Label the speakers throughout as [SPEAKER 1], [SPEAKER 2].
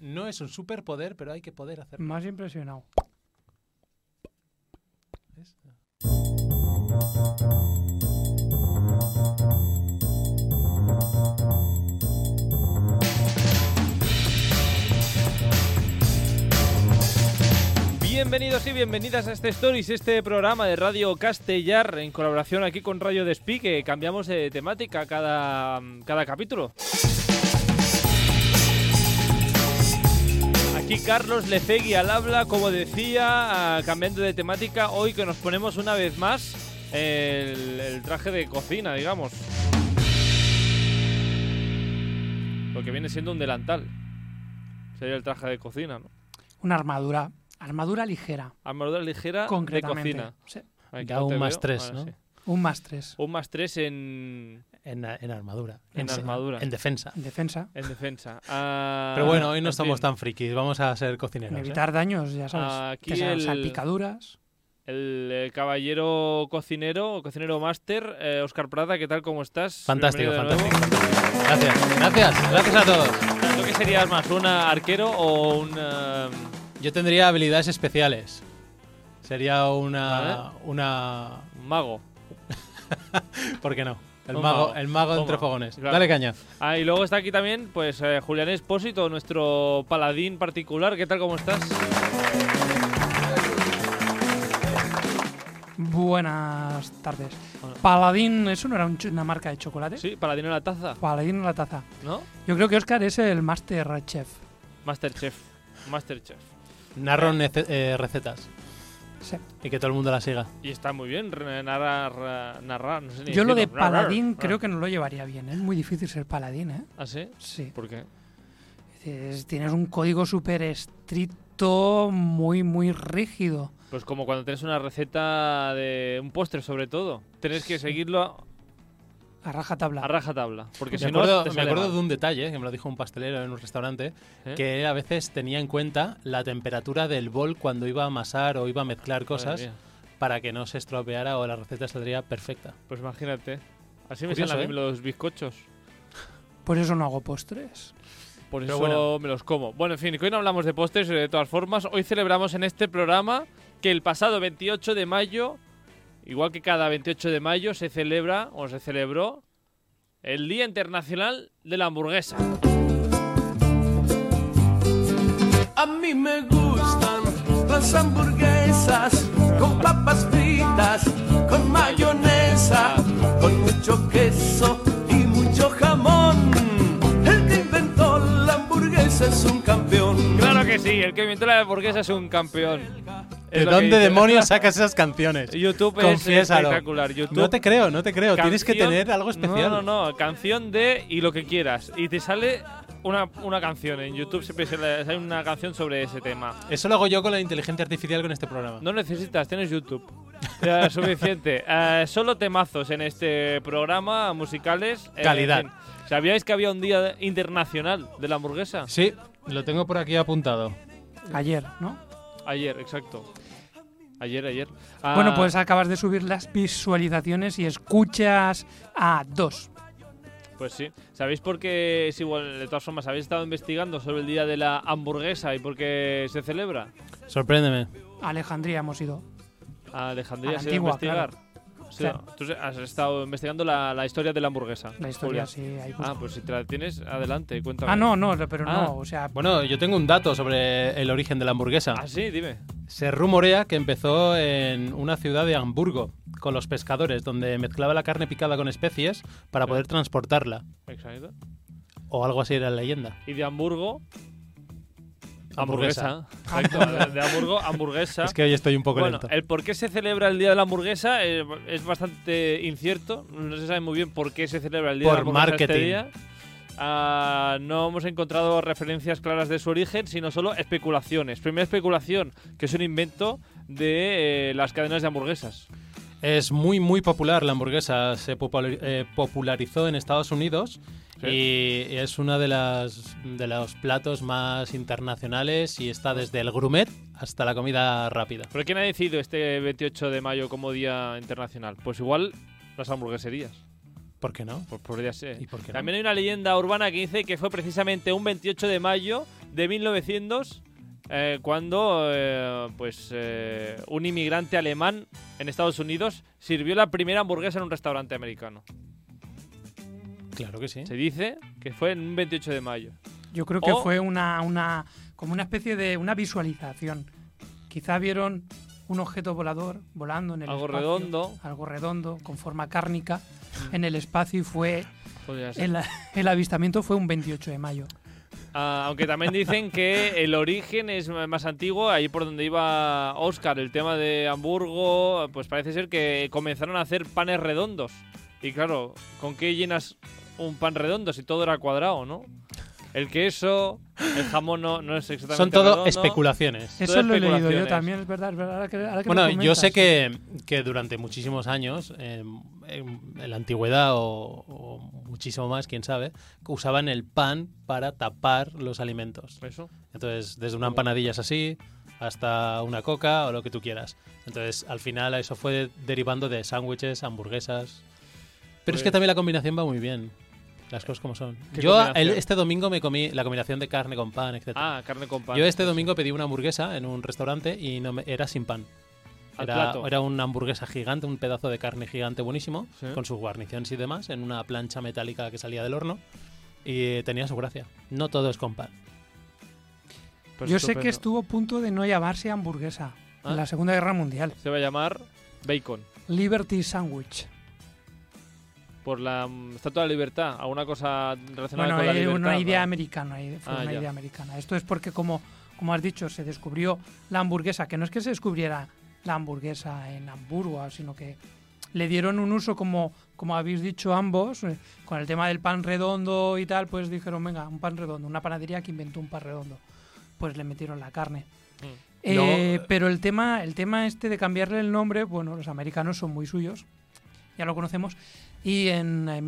[SPEAKER 1] no es un superpoder, pero hay que poder hacerlo.
[SPEAKER 2] Más impresionado.
[SPEAKER 1] ¿Ves?
[SPEAKER 3] Bienvenidos y bienvenidas a este Stories, este programa de Radio Castellar en colaboración aquí con Radio Despí, que cambiamos de temática cada, cada capítulo. Aquí Carlos Lecegui al habla, como decía, ah, cambiando de temática, hoy que nos ponemos una vez más el, el traje de cocina, digamos. Lo que viene siendo un delantal. Sería el traje de cocina, ¿no?
[SPEAKER 2] Una armadura. Armadura ligera,
[SPEAKER 3] Armadura ligera de
[SPEAKER 2] concretamente.
[SPEAKER 3] cocina.
[SPEAKER 2] Sí.
[SPEAKER 3] Ay,
[SPEAKER 1] Ya
[SPEAKER 3] que no
[SPEAKER 1] un
[SPEAKER 3] te
[SPEAKER 1] más
[SPEAKER 3] veo.
[SPEAKER 1] tres,
[SPEAKER 3] Ahora
[SPEAKER 1] ¿no?
[SPEAKER 3] sí.
[SPEAKER 2] Un más 3.
[SPEAKER 3] Un más tres en,
[SPEAKER 1] En, en armadura.
[SPEAKER 3] En
[SPEAKER 1] se-
[SPEAKER 3] armadura.
[SPEAKER 1] En defensa.
[SPEAKER 2] Defensa.
[SPEAKER 3] en defensa. Ah,
[SPEAKER 1] Pero bueno, hoy
[SPEAKER 3] en
[SPEAKER 1] no estamos
[SPEAKER 3] fin,
[SPEAKER 1] tan frikis, vamos a ser cocineros. ¿eh?
[SPEAKER 2] evitar daños, ya sabes.
[SPEAKER 3] Aquí
[SPEAKER 2] que sean
[SPEAKER 3] el-
[SPEAKER 2] salpicaduras.
[SPEAKER 3] El, eh, caballero cocinero, o cocinero máster, eh, Oscar Prada, ¿qué tal? ¿Cómo estás?
[SPEAKER 1] Fantástico,
[SPEAKER 3] Bienvenido de nuevo.
[SPEAKER 1] fantástico. Gracias, gracias, gracias a todos.
[SPEAKER 3] ¿Tú qué serías más, un eh, arquero o un... eh,
[SPEAKER 1] Yo tendría habilidades especiales. Sería una. una
[SPEAKER 3] un mago?
[SPEAKER 1] ¿Por qué no? El
[SPEAKER 3] Un
[SPEAKER 1] mago,
[SPEAKER 3] mago.
[SPEAKER 1] el mago entre
[SPEAKER 3] Toma.
[SPEAKER 1] fogones.
[SPEAKER 3] Claro.
[SPEAKER 1] Dale caña.
[SPEAKER 3] Ah, y luego está aquí también, pues, eh, Julián Espósito, nuestro paladín particular. ¿Qué tal? ¿Cómo estás?
[SPEAKER 2] Buenas tardes.
[SPEAKER 3] Hola.
[SPEAKER 2] Paladín, ¿eso no era un ch- una marca de chocolate?
[SPEAKER 3] Sí, paladín en la taza,
[SPEAKER 2] Paladín en la taza.
[SPEAKER 3] ¿no?
[SPEAKER 2] Yo creo que Oscar es el Master Chef.
[SPEAKER 3] Masterchef, Masterchef.
[SPEAKER 1] Narro nece- eh, recetas
[SPEAKER 2] Sí.
[SPEAKER 1] y que todo el mundo la siga.
[SPEAKER 3] Y está muy bien re- narrar, ra- narrar, no sé ni
[SPEAKER 2] Yo lo de
[SPEAKER 3] decirlo. Narrar,
[SPEAKER 2] paladín
[SPEAKER 3] narrar.
[SPEAKER 2] creo que no lo llevaría bien. ¿eh? Es muy difícil ser paladín, ¿eh?
[SPEAKER 3] ¿Ah, sí?
[SPEAKER 2] Sí.
[SPEAKER 3] ¿Por qué?
[SPEAKER 2] Es- tienes un código súper estricto, muy, muy rígido.
[SPEAKER 3] Pues como cuando tienes una receta de un postre, sobre todo. Tienes que
[SPEAKER 2] Sí.
[SPEAKER 3] seguirlo
[SPEAKER 2] A rajatabla.
[SPEAKER 3] a rajatabla. Porque si
[SPEAKER 1] me acuerdo,
[SPEAKER 3] no, te
[SPEAKER 1] me
[SPEAKER 3] sale
[SPEAKER 1] acuerdo
[SPEAKER 3] mal.
[SPEAKER 1] de un detalle que me lo dijo un pastelero en un restaurante,
[SPEAKER 3] ¿Eh?
[SPEAKER 1] que él a veces tenía en cuenta la temperatura del bol cuando iba a amasar o iba a mezclar
[SPEAKER 3] Madre
[SPEAKER 1] cosas
[SPEAKER 3] mía.
[SPEAKER 1] para que no se estropeara o la receta saldría perfecta.
[SPEAKER 3] Pues imagínate. Así me
[SPEAKER 1] Curioso,
[SPEAKER 3] salen a
[SPEAKER 1] ¿eh?
[SPEAKER 3] mí los bizcochos.
[SPEAKER 2] Por eso no hago postres.
[SPEAKER 3] Por
[SPEAKER 1] Pero
[SPEAKER 3] eso
[SPEAKER 1] bueno.
[SPEAKER 3] me los como. Bueno, en fin, que hoy no hablamos de postres eh, de todas formas. Hoy celebramos en este programa que el pasado 28 de mayo, igual que cada 28 de mayo, se celebra o se celebró el Día Internacional de la Hamburguesa.
[SPEAKER 4] A mí me gustan las hamburguesas con papas fritas, con mayonesa, con mucho queso y mucho jamón. El que inventó la hamburguesa es un campeón.
[SPEAKER 3] Claro que sí, el que inventó la hamburguesa es un campeón.
[SPEAKER 1] ¿De
[SPEAKER 3] Es lo que
[SPEAKER 1] dónde
[SPEAKER 3] dice.
[SPEAKER 1] demonios sacas esas canciones?
[SPEAKER 3] YouTube es
[SPEAKER 1] Confiésalo.
[SPEAKER 3] espectacular. YouTube,
[SPEAKER 1] No te creo, no te creo. Tienes que
[SPEAKER 3] canción-
[SPEAKER 1] tener algo especial.
[SPEAKER 3] No, no, no. Canción de y lo que quieras. Y te sale una, una canción. En YouTube siempre se le- sale una canción sobre ese tema.
[SPEAKER 1] Eso lo hago yo con la inteligencia artificial con este programa.
[SPEAKER 3] No necesitas, tienes YouTube. Ya es suficiente. Eh, solo temazos en este programa musicales. Eh,
[SPEAKER 1] Calidad.
[SPEAKER 3] en fin, ¿Sabíais que había un día internacional de la hamburguesa?
[SPEAKER 1] Sí, lo tengo por aquí apuntado.
[SPEAKER 2] Ayer, ¿no?
[SPEAKER 3] Ayer, exacto. Ayer, ayer. Ah,
[SPEAKER 2] Bueno, pues acabas de subir las visualizaciones y escuchas a dos.
[SPEAKER 3] Pues sí. ¿Sabéis por qué es igual? De todas formas, ¿habéis estado investigando sobre el día de la hamburguesa y por qué se celebra?
[SPEAKER 1] Sorpréndeme.
[SPEAKER 2] A Alejandría hemos ido.
[SPEAKER 3] A Alejandría
[SPEAKER 2] A la
[SPEAKER 3] se ha ido a
[SPEAKER 2] antigua,
[SPEAKER 3] investigar. O sea,
[SPEAKER 2] Claro.
[SPEAKER 3] tú has estado investigando la, la historia de la hamburguesa.
[SPEAKER 2] La historia
[SPEAKER 3] Julia.
[SPEAKER 2] sí ahí
[SPEAKER 3] Ah,
[SPEAKER 2] busco.
[SPEAKER 3] pues si te la tienes, adelante, cuéntame.
[SPEAKER 2] Ah, no, no, pero
[SPEAKER 3] Ah.
[SPEAKER 2] no. O sea,
[SPEAKER 1] Bueno, yo tengo un dato sobre el origen de la hamburguesa.
[SPEAKER 3] Ah, sí, dime.
[SPEAKER 1] Se rumorea que empezó en una ciudad de Hamburgo, con los pescadores, donde mezclaba la carne picada con especies para
[SPEAKER 3] Sí.
[SPEAKER 1] poder transportarla.
[SPEAKER 3] Exacto.
[SPEAKER 1] O algo así era la leyenda.
[SPEAKER 3] Y de Hamburgo.
[SPEAKER 1] Hamburguesa.
[SPEAKER 3] Hamburguesa. Exacto, de- de Hamburgo, hamburguesa.
[SPEAKER 1] Es que hoy estoy un poco
[SPEAKER 3] bueno,
[SPEAKER 1] lento.
[SPEAKER 3] el por qué se celebra el Día de la Hamburguesa eh, es bastante incierto. No se sabe muy bien por qué se celebra el Día de
[SPEAKER 1] Por
[SPEAKER 3] la Hamburguesa este
[SPEAKER 1] marketing.
[SPEAKER 3] día. Ah, no hemos encontrado referencias claras de su origen, sino solo especulaciones. Primera especulación, que es un invento de eh, las cadenas de hamburguesas.
[SPEAKER 1] Es muy, muy popular la hamburguesa. Se popula- eh, popularizó en Estados Unidos
[SPEAKER 3] Sí.
[SPEAKER 1] y es uno de, las, de los platos más internacionales y está desde el grumet hasta la comida rápida.
[SPEAKER 3] ¿Pero quién ha decidido este 28 de mayo como Día Internacional? Pues igual las hamburgueserías.
[SPEAKER 1] ¿Por qué no?
[SPEAKER 3] Pues podría ser.
[SPEAKER 1] ¿Y por qué no?
[SPEAKER 3] También hay una leyenda urbana que dice que fue precisamente un 28 de mayo de 1900, eh, cuando eh, pues, eh, un inmigrante alemán en Estados Unidos sirvió la primera hamburguesa en un restaurante americano.
[SPEAKER 1] Claro que sí.
[SPEAKER 3] Se dice que fue en un 28 de mayo.
[SPEAKER 2] Yo creo que
[SPEAKER 3] O-
[SPEAKER 2] fue una, una, como una especie de una visualización. Quizá vieron un objeto volador volando en el
[SPEAKER 3] Algo
[SPEAKER 2] espacio,
[SPEAKER 3] redondo. Mm.
[SPEAKER 2] algo redondo, con forma cárnica, en el espacio y fue
[SPEAKER 3] Podría ser.
[SPEAKER 2] el, el avistamiento fue un 28 de mayo.
[SPEAKER 3] Ah, aunque también dicen que el origen es m- más antiguo, ahí por donde iba Oscar, el tema de Hamburgo, pues parece ser que comenzaron a hacer panes redondos. Y claro, ¿con qué llenas un pan redondo si todo era cuadrado, no? El queso, el jamón no, no es exactamente
[SPEAKER 1] Son todo
[SPEAKER 3] redondo.
[SPEAKER 1] especulaciones.
[SPEAKER 2] Eso lo he leído yo
[SPEAKER 3] especulaciones.
[SPEAKER 2] también, es verdad, es verdad. ahora que- ahora que me
[SPEAKER 1] Bueno,
[SPEAKER 2] lo
[SPEAKER 1] yo sé
[SPEAKER 2] comentas.
[SPEAKER 1] que, que durante muchísimos años, eh, en, en la antigüedad o, o muchísimo más, quién sabe, usaban el pan para tapar los alimentos.
[SPEAKER 3] Eso.
[SPEAKER 1] Entonces, desde una empanadilla es así, hasta una coca o lo que tú quieras. Entonces, al final eso fue derivando de sándwiches, hamburguesas. Pero es que
[SPEAKER 3] Pues-
[SPEAKER 1] también la combinación va muy bien. Las cosas como son.
[SPEAKER 3] ¿Qué
[SPEAKER 1] Yo el-
[SPEAKER 3] combinación?
[SPEAKER 1] este domingo me comí la combinación de carne con pan, etc.
[SPEAKER 3] Ah, carne con pan.
[SPEAKER 1] Yo este domingo pedí una hamburguesa en un restaurante y no me- era sin pan.
[SPEAKER 3] Al
[SPEAKER 1] Era,
[SPEAKER 3] plato.
[SPEAKER 1] era una hamburguesa gigante, un pedazo de carne gigante buenísimo,
[SPEAKER 3] Sí.
[SPEAKER 1] con sus guarniciones y demás, en una plancha metálica que salía del horno. Y eh, tenía su gracia. No todo es con pan.
[SPEAKER 3] Pues
[SPEAKER 2] yo sé
[SPEAKER 3] estupendo.
[SPEAKER 2] que estuvo a punto de no llamarse hamburguesa
[SPEAKER 3] Ah.
[SPEAKER 2] en la Segunda Guerra Mundial.
[SPEAKER 3] Se va a llamar bacon.
[SPEAKER 2] Liberty Sandwich.
[SPEAKER 3] Por la mm, Estatua de la Libertad, alguna cosa relacionada
[SPEAKER 2] Bueno,
[SPEAKER 3] con la
[SPEAKER 2] eh,
[SPEAKER 3] libertad.
[SPEAKER 2] una idea
[SPEAKER 3] ¿no?
[SPEAKER 2] americana, eh, fue
[SPEAKER 3] Ah,
[SPEAKER 2] una
[SPEAKER 3] ya.
[SPEAKER 2] idea americana. Esto es porque, como, como has dicho, se descubrió la hamburguesa, que no es que se descubriera la hamburguesa en Hamburgo, sino que le dieron un uso, como, como habéis dicho ambos, eh, con el tema del pan redondo y tal, pues dijeron, venga, un pan redondo, una panadería que inventó un pan redondo. Pues le metieron la carne.
[SPEAKER 1] Mm.
[SPEAKER 2] Eh,
[SPEAKER 1] No.
[SPEAKER 2] Pero el tema, el tema este de cambiarle el nombre, bueno, los americanos son muy suyos, ya lo conocemos. Y en, en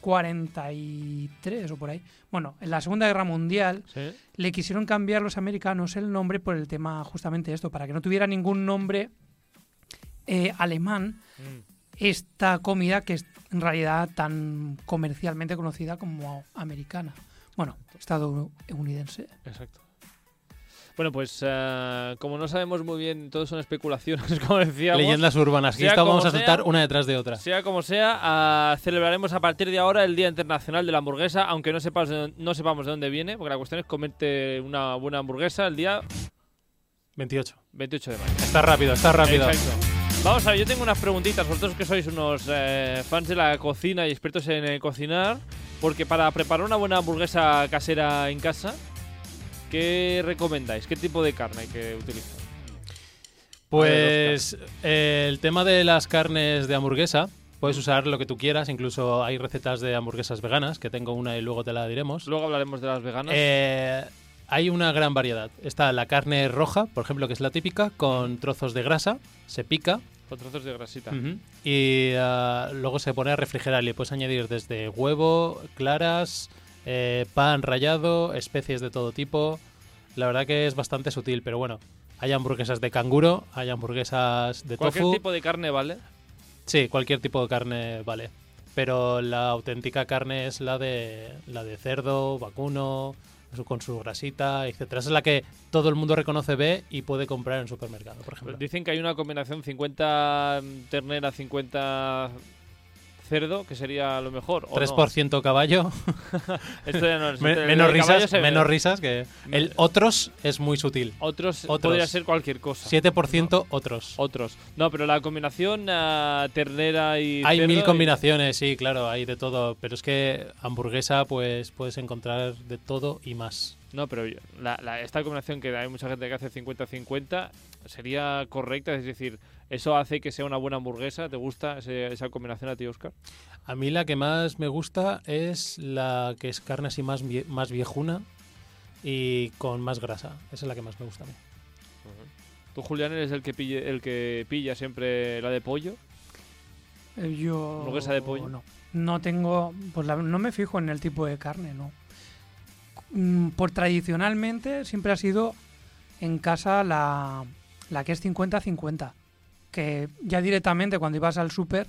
[SPEAKER 2] 1943 o por ahí, bueno, en la Segunda Guerra Mundial
[SPEAKER 3] Sí.
[SPEAKER 2] le quisieron cambiar los americanos el nombre por el tema justamente esto, para que no tuviera ningún nombre eh, alemán
[SPEAKER 3] Mm.
[SPEAKER 2] esta comida que es en realidad tan comercialmente conocida como americana. Bueno, estadounidense.
[SPEAKER 3] Exacto. Bueno, pues eh, como no sabemos muy bien, todo son especulaciones, como decíamos.
[SPEAKER 1] Leyendas urbanas. Y
[SPEAKER 3] sea
[SPEAKER 1] esta vamos
[SPEAKER 3] como
[SPEAKER 1] a soltar
[SPEAKER 3] sea,
[SPEAKER 1] una detrás de otra.
[SPEAKER 3] Sea como sea, ah, celebraremos a partir de ahora el Día Internacional de la Hamburguesa, aunque no, sepas de dónde- no sepamos de dónde viene, porque la cuestión es comerte una buena hamburguesa el día
[SPEAKER 1] 28.
[SPEAKER 3] 28 de mayo.
[SPEAKER 1] Está rápido, está rápido.
[SPEAKER 3] Exacto. Vamos a ver, yo tengo unas preguntitas. Vosotros que sois unos eh, fans de la cocina y expertos en eh, cocinar, porque para preparar una buena hamburguesa casera en casa, ¿qué recomendáis? ¿Qué tipo de carne hay que utilizar?
[SPEAKER 1] Pues eh, el tema de las carnes de hamburguesa, puedes
[SPEAKER 3] Mm.
[SPEAKER 1] usar lo que tú quieras, incluso hay recetas de hamburguesas veganas, que tengo una y luego te la diremos.
[SPEAKER 3] Luego hablaremos de las veganas.
[SPEAKER 1] Eh, hay una gran variedad. Está la carne roja, por ejemplo, que es la típica, con trozos de grasa, se pica
[SPEAKER 3] Con trozos de grasita.
[SPEAKER 1] ujú, y ah, luego se pone a refrigerar. Le puedes añadir desde huevo, claras, eh, pan rallado, especies de todo tipo. La verdad que es bastante sutil, pero bueno. Hay hamburguesas de canguro, hay hamburguesas de
[SPEAKER 3] Cualquier
[SPEAKER 1] tofu.
[SPEAKER 3] tipo de carne, ¿vale?
[SPEAKER 1] Sí, cualquier tipo de carne vale. Pero la auténtica carne es la de la de cerdo, vacuno, su- con su grasita, etcétera. Esa es la que todo el mundo reconoce, ve y puede comprar en el supermercado, por ejemplo.
[SPEAKER 3] Dicen que hay una combinación 50 ternera, 50 cerdo, que sería lo mejor. ¿o oh, no?
[SPEAKER 1] 3% caballo,
[SPEAKER 3] Esto ya no es-
[SPEAKER 1] me-
[SPEAKER 3] el de
[SPEAKER 1] menos
[SPEAKER 3] caballo
[SPEAKER 1] risas,
[SPEAKER 3] se ve. Mm.
[SPEAKER 1] menos risas que el otros es muy sutil.
[SPEAKER 3] Otros,
[SPEAKER 1] Otros.
[SPEAKER 3] podría ser cualquier cosa.
[SPEAKER 1] 7% otros.
[SPEAKER 3] Otros. No, pero la combinación ah, ternera y.
[SPEAKER 1] Hay
[SPEAKER 3] cerdo
[SPEAKER 1] mil
[SPEAKER 3] y-
[SPEAKER 1] combinaciones, sí, claro, hay de todo, pero es que hamburguesa pues puedes encontrar de todo y más.
[SPEAKER 3] No, pero yo- la- la- esta combinación que hay mucha gente que hace 50-50 sería correcta, es decir, eso hace que sea una buena hamburguesa. ¿Te gusta ese- esa combinación a ti, Oscar?
[SPEAKER 1] A mí la que más me gusta es la que es carne así más, vie- más viejuna y con más grasa. Esa es la que más me gusta a mí.
[SPEAKER 3] Tú, Julián, eres el que, pille- el que pilla siempre la de pollo.
[SPEAKER 2] Eh, Yo.
[SPEAKER 3] ¿Hamburguesa de pollo?
[SPEAKER 2] No. No tengo. Pues la- no me fijo en el tipo de carne, no. Mm, Por tradicionalmente siempre ha sido en casa la, la que es 50-50. Que ya directamente cuando ibas al súper,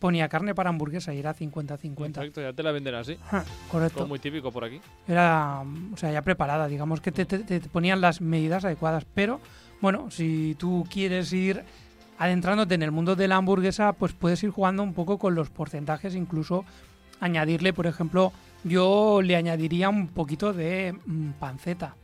[SPEAKER 2] ponía carne para hamburguesa y era 50-50.
[SPEAKER 3] Exacto, ya te la venden así.
[SPEAKER 2] Ja,
[SPEAKER 3] Como
[SPEAKER 2] Correcto.
[SPEAKER 3] muy típico por aquí.
[SPEAKER 2] Era, mm, o sea, ya preparada, digamos que te, te- te ponían las medidas adecuadas. Pero, bueno, si tú quieres ir adentrándote en el mundo de la hamburguesa, pues puedes ir jugando un poco con los porcentajes, incluso añadirle, por ejemplo, yo le añadiría un poquito de mm, panceta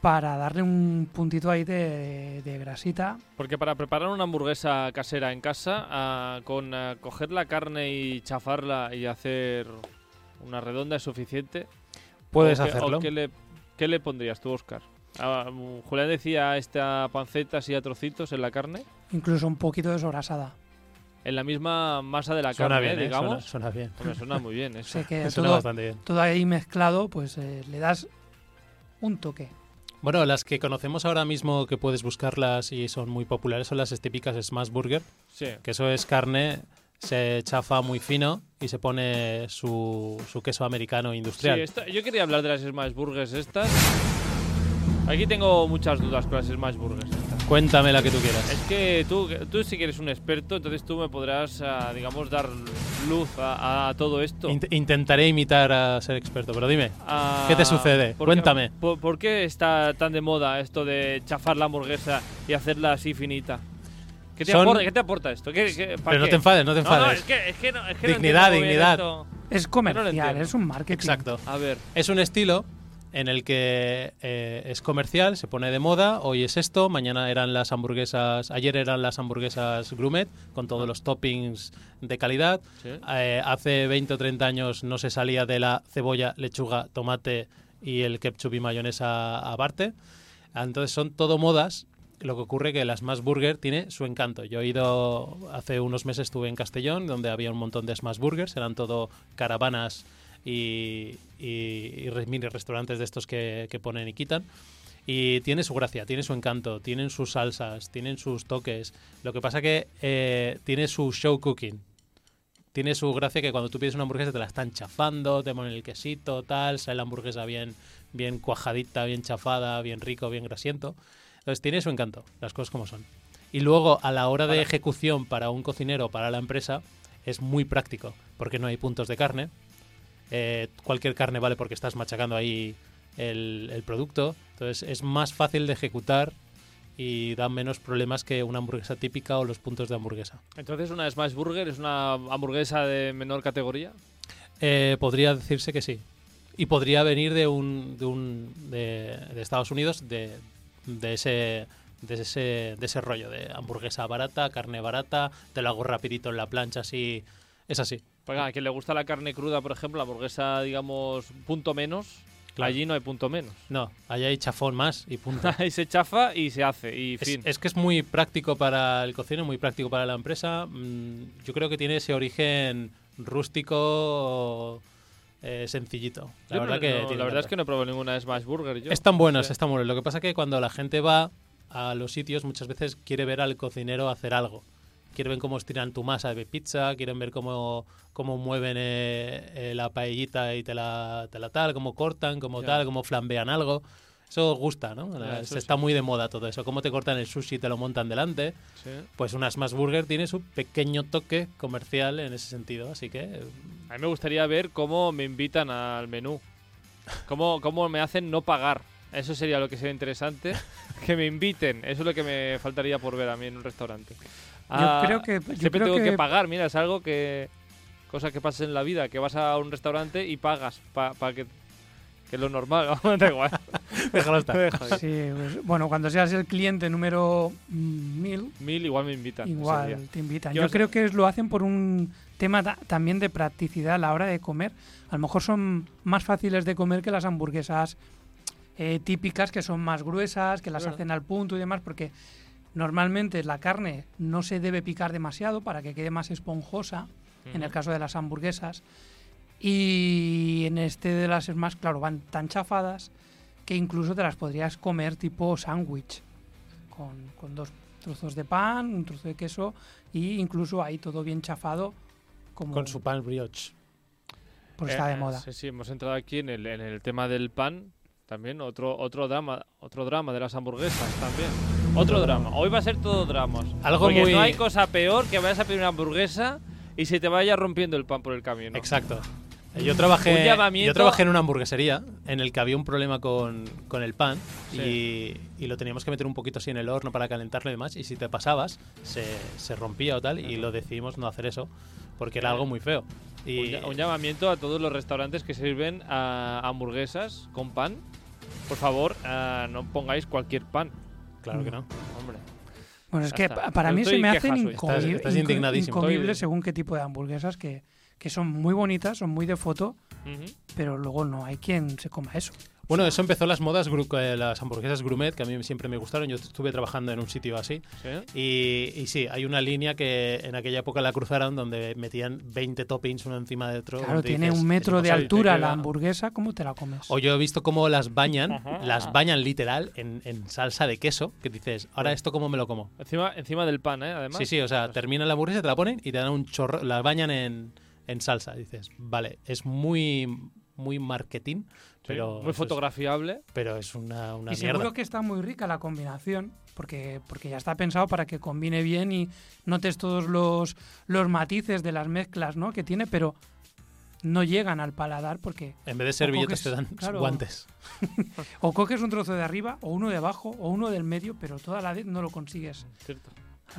[SPEAKER 2] para darle un puntito ahí de, de grasita.
[SPEAKER 3] Porque para preparar una hamburguesa casera en casa, ah, con ah, coger la carne y chafarla y hacer una redonda es suficiente.
[SPEAKER 1] Puedes
[SPEAKER 3] ¿O qué- o
[SPEAKER 1] hacerlo.
[SPEAKER 3] qué, le, qué le pondrías tú, Oscar? Julián decía esta panceta así a trocitos en la carne,
[SPEAKER 2] Incluso un poquito desorasada.
[SPEAKER 3] en la misma masa de la
[SPEAKER 1] Suena
[SPEAKER 3] carne,
[SPEAKER 1] bien,
[SPEAKER 3] eh,
[SPEAKER 1] eh, suena,
[SPEAKER 3] digamos. Eh,
[SPEAKER 1] suena bien.
[SPEAKER 3] Hombre, suena muy bien eso.
[SPEAKER 2] Sé que
[SPEAKER 1] Suena
[SPEAKER 2] todo,
[SPEAKER 1] bastante bien.
[SPEAKER 2] todo ahí mezclado, pues eh, le das un toque.
[SPEAKER 1] Bueno, las que conocemos ahora mismo que puedes buscarlas y son muy populares son las típicas Smash Burger,
[SPEAKER 3] Sí.
[SPEAKER 1] que eso es carne, se chafa muy fino y se pone su, su queso americano
[SPEAKER 3] Sí,
[SPEAKER 1] industrial.
[SPEAKER 3] esta- yo quería hablar de las Smash Burgers estas. Aquí tengo muchas dudas con las Smash Burgers.
[SPEAKER 1] Cuéntame la que tú quieras.
[SPEAKER 3] Es que tú, tú sí que eres un experto, entonces tú me podrás, ah, digamos, dar luz a, a todo esto.
[SPEAKER 1] Int- intentaré imitar a ser experto, pero dime.
[SPEAKER 3] Ah,
[SPEAKER 1] ¿Qué te sucede?
[SPEAKER 3] ¿por qué-
[SPEAKER 1] Cuéntame.
[SPEAKER 3] por, por qué está tan de moda esto de chafar la hamburguesa y hacerla así finita? ¿Qué te,
[SPEAKER 1] Son-
[SPEAKER 3] aporta, qué te aporta esto? ¿Qué- qué- para
[SPEAKER 1] Pero no
[SPEAKER 3] qué?
[SPEAKER 1] te enfades, no te
[SPEAKER 3] No, no,
[SPEAKER 1] enfades.
[SPEAKER 3] es que, es que no- es que no
[SPEAKER 1] Dignidad,
[SPEAKER 3] entiendo muy bien
[SPEAKER 1] dignidad.
[SPEAKER 3] esto.
[SPEAKER 2] Es
[SPEAKER 3] Yo no lo
[SPEAKER 2] comercial,
[SPEAKER 3] entiendo.
[SPEAKER 2] es un marketing.
[SPEAKER 1] Exacto.
[SPEAKER 3] A ver,
[SPEAKER 1] Es un estilo en el que eh, es comercial, se pone de moda, hoy es esto, mañana eran las hamburguesas, ayer eran las hamburguesas gourmet con todos los toppings de calidad.
[SPEAKER 3] Sí.
[SPEAKER 1] Eh, hace 20 o 30 años no se salía de la cebolla, lechuga, tomate y el ketchup y mayonesa aparte. Ah, Entonces son todo modas. Lo que ocurre que la Smash Burger tiene su encanto. Yo he ido, hace unos meses estuve en Castellón, donde había un montón de Smash Burgers, eran todo caravanas y, y- y re- mini restaurantes de estos que, que ponen y quitan. Y tiene su gracia, tiene su encanto, tienen sus salsas, tienen sus toques. Lo que pasa que eh, tiene su show cooking. Tiene su gracia que cuando tú pides una hamburguesa te la están chafando, te ponen el quesito, tal, sale la hamburguesa bien, bien cuajadita, bien chafada, bien rico, bien grasiento. Entonces tiene su encanto, las cosas como son. Y luego a la hora de ejecución para un cocinero, para la empresa, es muy práctico, porque no hay puntos de carne. Eh, cualquier carne vale porque estás machacando ahí el, el producto. Entonces es más fácil de ejecutar y da menos problemas que una hamburguesa típica o los puntos de hamburguesa.
[SPEAKER 3] entonces una Smash Burger es una hamburguesa de menor categoría.
[SPEAKER 1] Eh, podría decirse que sí. Y podría venir de un. de, un- de- de Estados Unidos, de, de ese. De ese, de ese rollo de hamburguesa barata, carne barata, te lo hago rapidito en la plancha, así. Es así.
[SPEAKER 3] Porque a quien Pues le gusta la carne cruda, por ejemplo, la hamburguesa, digamos, punto menos,
[SPEAKER 1] Claro.
[SPEAKER 3] allí no hay punto menos.
[SPEAKER 1] No, allá hay chafón más y punto.
[SPEAKER 3] Ahí se chafa y se hace, y
[SPEAKER 1] Es,
[SPEAKER 3] fin.
[SPEAKER 1] es que es muy práctico para el cocinero, muy práctico para la empresa. Mm, Yo creo que tiene ese origen rústico, eh, sencillito. La
[SPEAKER 3] Yo no-
[SPEAKER 1] verdad, que
[SPEAKER 3] no,
[SPEAKER 1] tiene
[SPEAKER 3] la verdad es
[SPEAKER 1] encanto.
[SPEAKER 3] que no he probado ninguna Smash Burger yo.
[SPEAKER 1] Están buenas,
[SPEAKER 3] Sí.
[SPEAKER 1] están buenas. Lo que pasa que cuando la gente va a los sitios muchas veces quiere ver al cocinero hacer algo. Quieren ver cómo estiran tu masa de pizza, quieren ver cómo, cómo mueven eh, eh, la paellita y te la, te la tal, cómo cortan, cómo
[SPEAKER 3] Ya.
[SPEAKER 1] tal, cómo flambean algo. Eso gusta, ¿no?
[SPEAKER 3] Ya, eso
[SPEAKER 1] Se está
[SPEAKER 3] sí.
[SPEAKER 1] muy de moda todo eso. Cómo te cortan el sushi y te lo montan delante.
[SPEAKER 3] Sí.
[SPEAKER 1] Pues una Smash Burger tiene su pequeño toque comercial en ese sentido. Así que eh,
[SPEAKER 3] A mí me gustaría ver cómo me invitan al menú. Cómo, cómo me hacen no pagar. Eso sería lo que sería interesante. que me inviten. Eso es lo que me faltaría por ver a mí en un restaurante. Ah,
[SPEAKER 2] creo que- yo
[SPEAKER 3] siempre
[SPEAKER 2] creo
[SPEAKER 3] tengo que...
[SPEAKER 2] que-
[SPEAKER 3] pagar. Mira, es algo que. Cosa que pasa en la vida. Que vas a un restaurante y pagas. Para que. Que es lo normal. da igual.
[SPEAKER 1] déjalo estar.
[SPEAKER 2] Sí, pues, bueno, cuando seas el cliente número mm, mil,
[SPEAKER 3] Mil igual me invitan. ese día.
[SPEAKER 2] igual te invitan.
[SPEAKER 3] Yo
[SPEAKER 2] Yo,
[SPEAKER 3] os-
[SPEAKER 2] creo que es- lo hacen por un tema ta- también de practicidad a la hora de comer. A lo mejor son más fáciles de comer que las hamburguesas eh, típicas, que son más gruesas, que las
[SPEAKER 3] Claro.
[SPEAKER 2] hacen al punto y demás, porque normalmente la carne no se debe picar demasiado para que quede más esponjosa. en el
[SPEAKER 3] Ujú.
[SPEAKER 2] caso de las hamburguesas. Y en este de las más, claro, van tan chafadas que incluso te las podrías comer tipo sándwich, con, con dos trozos de pan, un trozo de queso, y incluso ahí todo bien chafado, como
[SPEAKER 1] Con su pan brioche.
[SPEAKER 2] porque Pues está
[SPEAKER 3] Eh,
[SPEAKER 2] de moda.
[SPEAKER 3] Sí, sí, hemos entrado aquí en el, en el tema del pan. También otro, otro drama, otro drama de las hamburguesas también. Otro drama. Hoy va a ser todo dramas.
[SPEAKER 1] Algo
[SPEAKER 3] Porque
[SPEAKER 1] muy-
[SPEAKER 3] no hay cosa peor que vayas a pedir una hamburguesa y se te vaya rompiendo el pan por el camino.
[SPEAKER 1] Exacto. Eh, Yo
[SPEAKER 3] Un
[SPEAKER 1] trabajé,
[SPEAKER 3] llamamiento-
[SPEAKER 1] yo trabajé en una hamburguesería en el que había un problema con, con el pan y, y lo teníamos que meter un poquito así en el horno para calentarlo y demás. Y si te pasabas, se, se rompía o tal. Y lo decidimos no hacer eso porque era algo muy feo. Y
[SPEAKER 3] Un, ll- un llamamiento a todos los restaurantes que sirven ah, hamburguesas con pan. Por favor, ah, no pongáis cualquier pan.
[SPEAKER 1] claro que no.
[SPEAKER 3] Hombre.
[SPEAKER 2] Bueno, es
[SPEAKER 3] Ya
[SPEAKER 2] que
[SPEAKER 3] está.
[SPEAKER 2] pa- para mí
[SPEAKER 3] Yo
[SPEAKER 2] se
[SPEAKER 3] estoy
[SPEAKER 2] me hacen
[SPEAKER 3] quejazo,
[SPEAKER 1] estás-
[SPEAKER 2] incomi-
[SPEAKER 1] estás
[SPEAKER 2] inco-
[SPEAKER 1] indignadísimo.
[SPEAKER 2] incomibles
[SPEAKER 3] Estoy-
[SPEAKER 2] según qué tipo de hamburguesas que, que son muy bonitas, son muy de foto,
[SPEAKER 3] Ujú.
[SPEAKER 2] pero luego no hay quien se coma eso.
[SPEAKER 1] Bueno, eso empezó las modas, gru- eh, las hamburguesas gourmet, que a mí siempre me gustaron. Yo estuve trabajando en un sitio así.
[SPEAKER 3] Sí.
[SPEAKER 1] Y, y sí, hay una línea que en aquella época la cruzaron donde metían 20 toppings uno encima de otro.
[SPEAKER 2] Claro,
[SPEAKER 1] donde
[SPEAKER 2] tiene
[SPEAKER 1] dices, pues
[SPEAKER 2] un
[SPEAKER 1] "Es
[SPEAKER 2] metro de
[SPEAKER 1] imposible".
[SPEAKER 2] altura
[SPEAKER 3] que
[SPEAKER 2] la
[SPEAKER 3] la-
[SPEAKER 2] hamburguesa, ¿cómo te la comes?
[SPEAKER 1] O yo he visto cómo las bañan,
[SPEAKER 3] Ajá.
[SPEAKER 1] las bañan literal en, en salsa de queso, que dices, ahora
[SPEAKER 3] Pues
[SPEAKER 1] esto cómo me lo como.
[SPEAKER 3] Encima, encima del pan, ¿eh? Además.
[SPEAKER 1] Sí, sí, o sea, termina la hamburguesa, te la ponen y te dan un chorro, la bañan en, en salsa. Dices, vale, es muy, muy marketing,
[SPEAKER 3] Sí,
[SPEAKER 1] pero,
[SPEAKER 3] Muy
[SPEAKER 1] eso es-
[SPEAKER 3] fotografiable.
[SPEAKER 1] pero es una, una
[SPEAKER 2] y seguro
[SPEAKER 1] mierda.
[SPEAKER 2] que está muy rica la combinación, porque, porque ya está pensado para que combine bien y notes todos los, los matices de las mezclas ¿no? que tiene, pero no llegan al paladar porque
[SPEAKER 1] En vez de servilletas
[SPEAKER 2] coges-
[SPEAKER 1] te dan
[SPEAKER 2] claro.
[SPEAKER 1] guantes.
[SPEAKER 2] o coges un trozo de arriba, o uno de abajo, o uno del medio, pero toda la vez no lo consigues.
[SPEAKER 3] Cierto.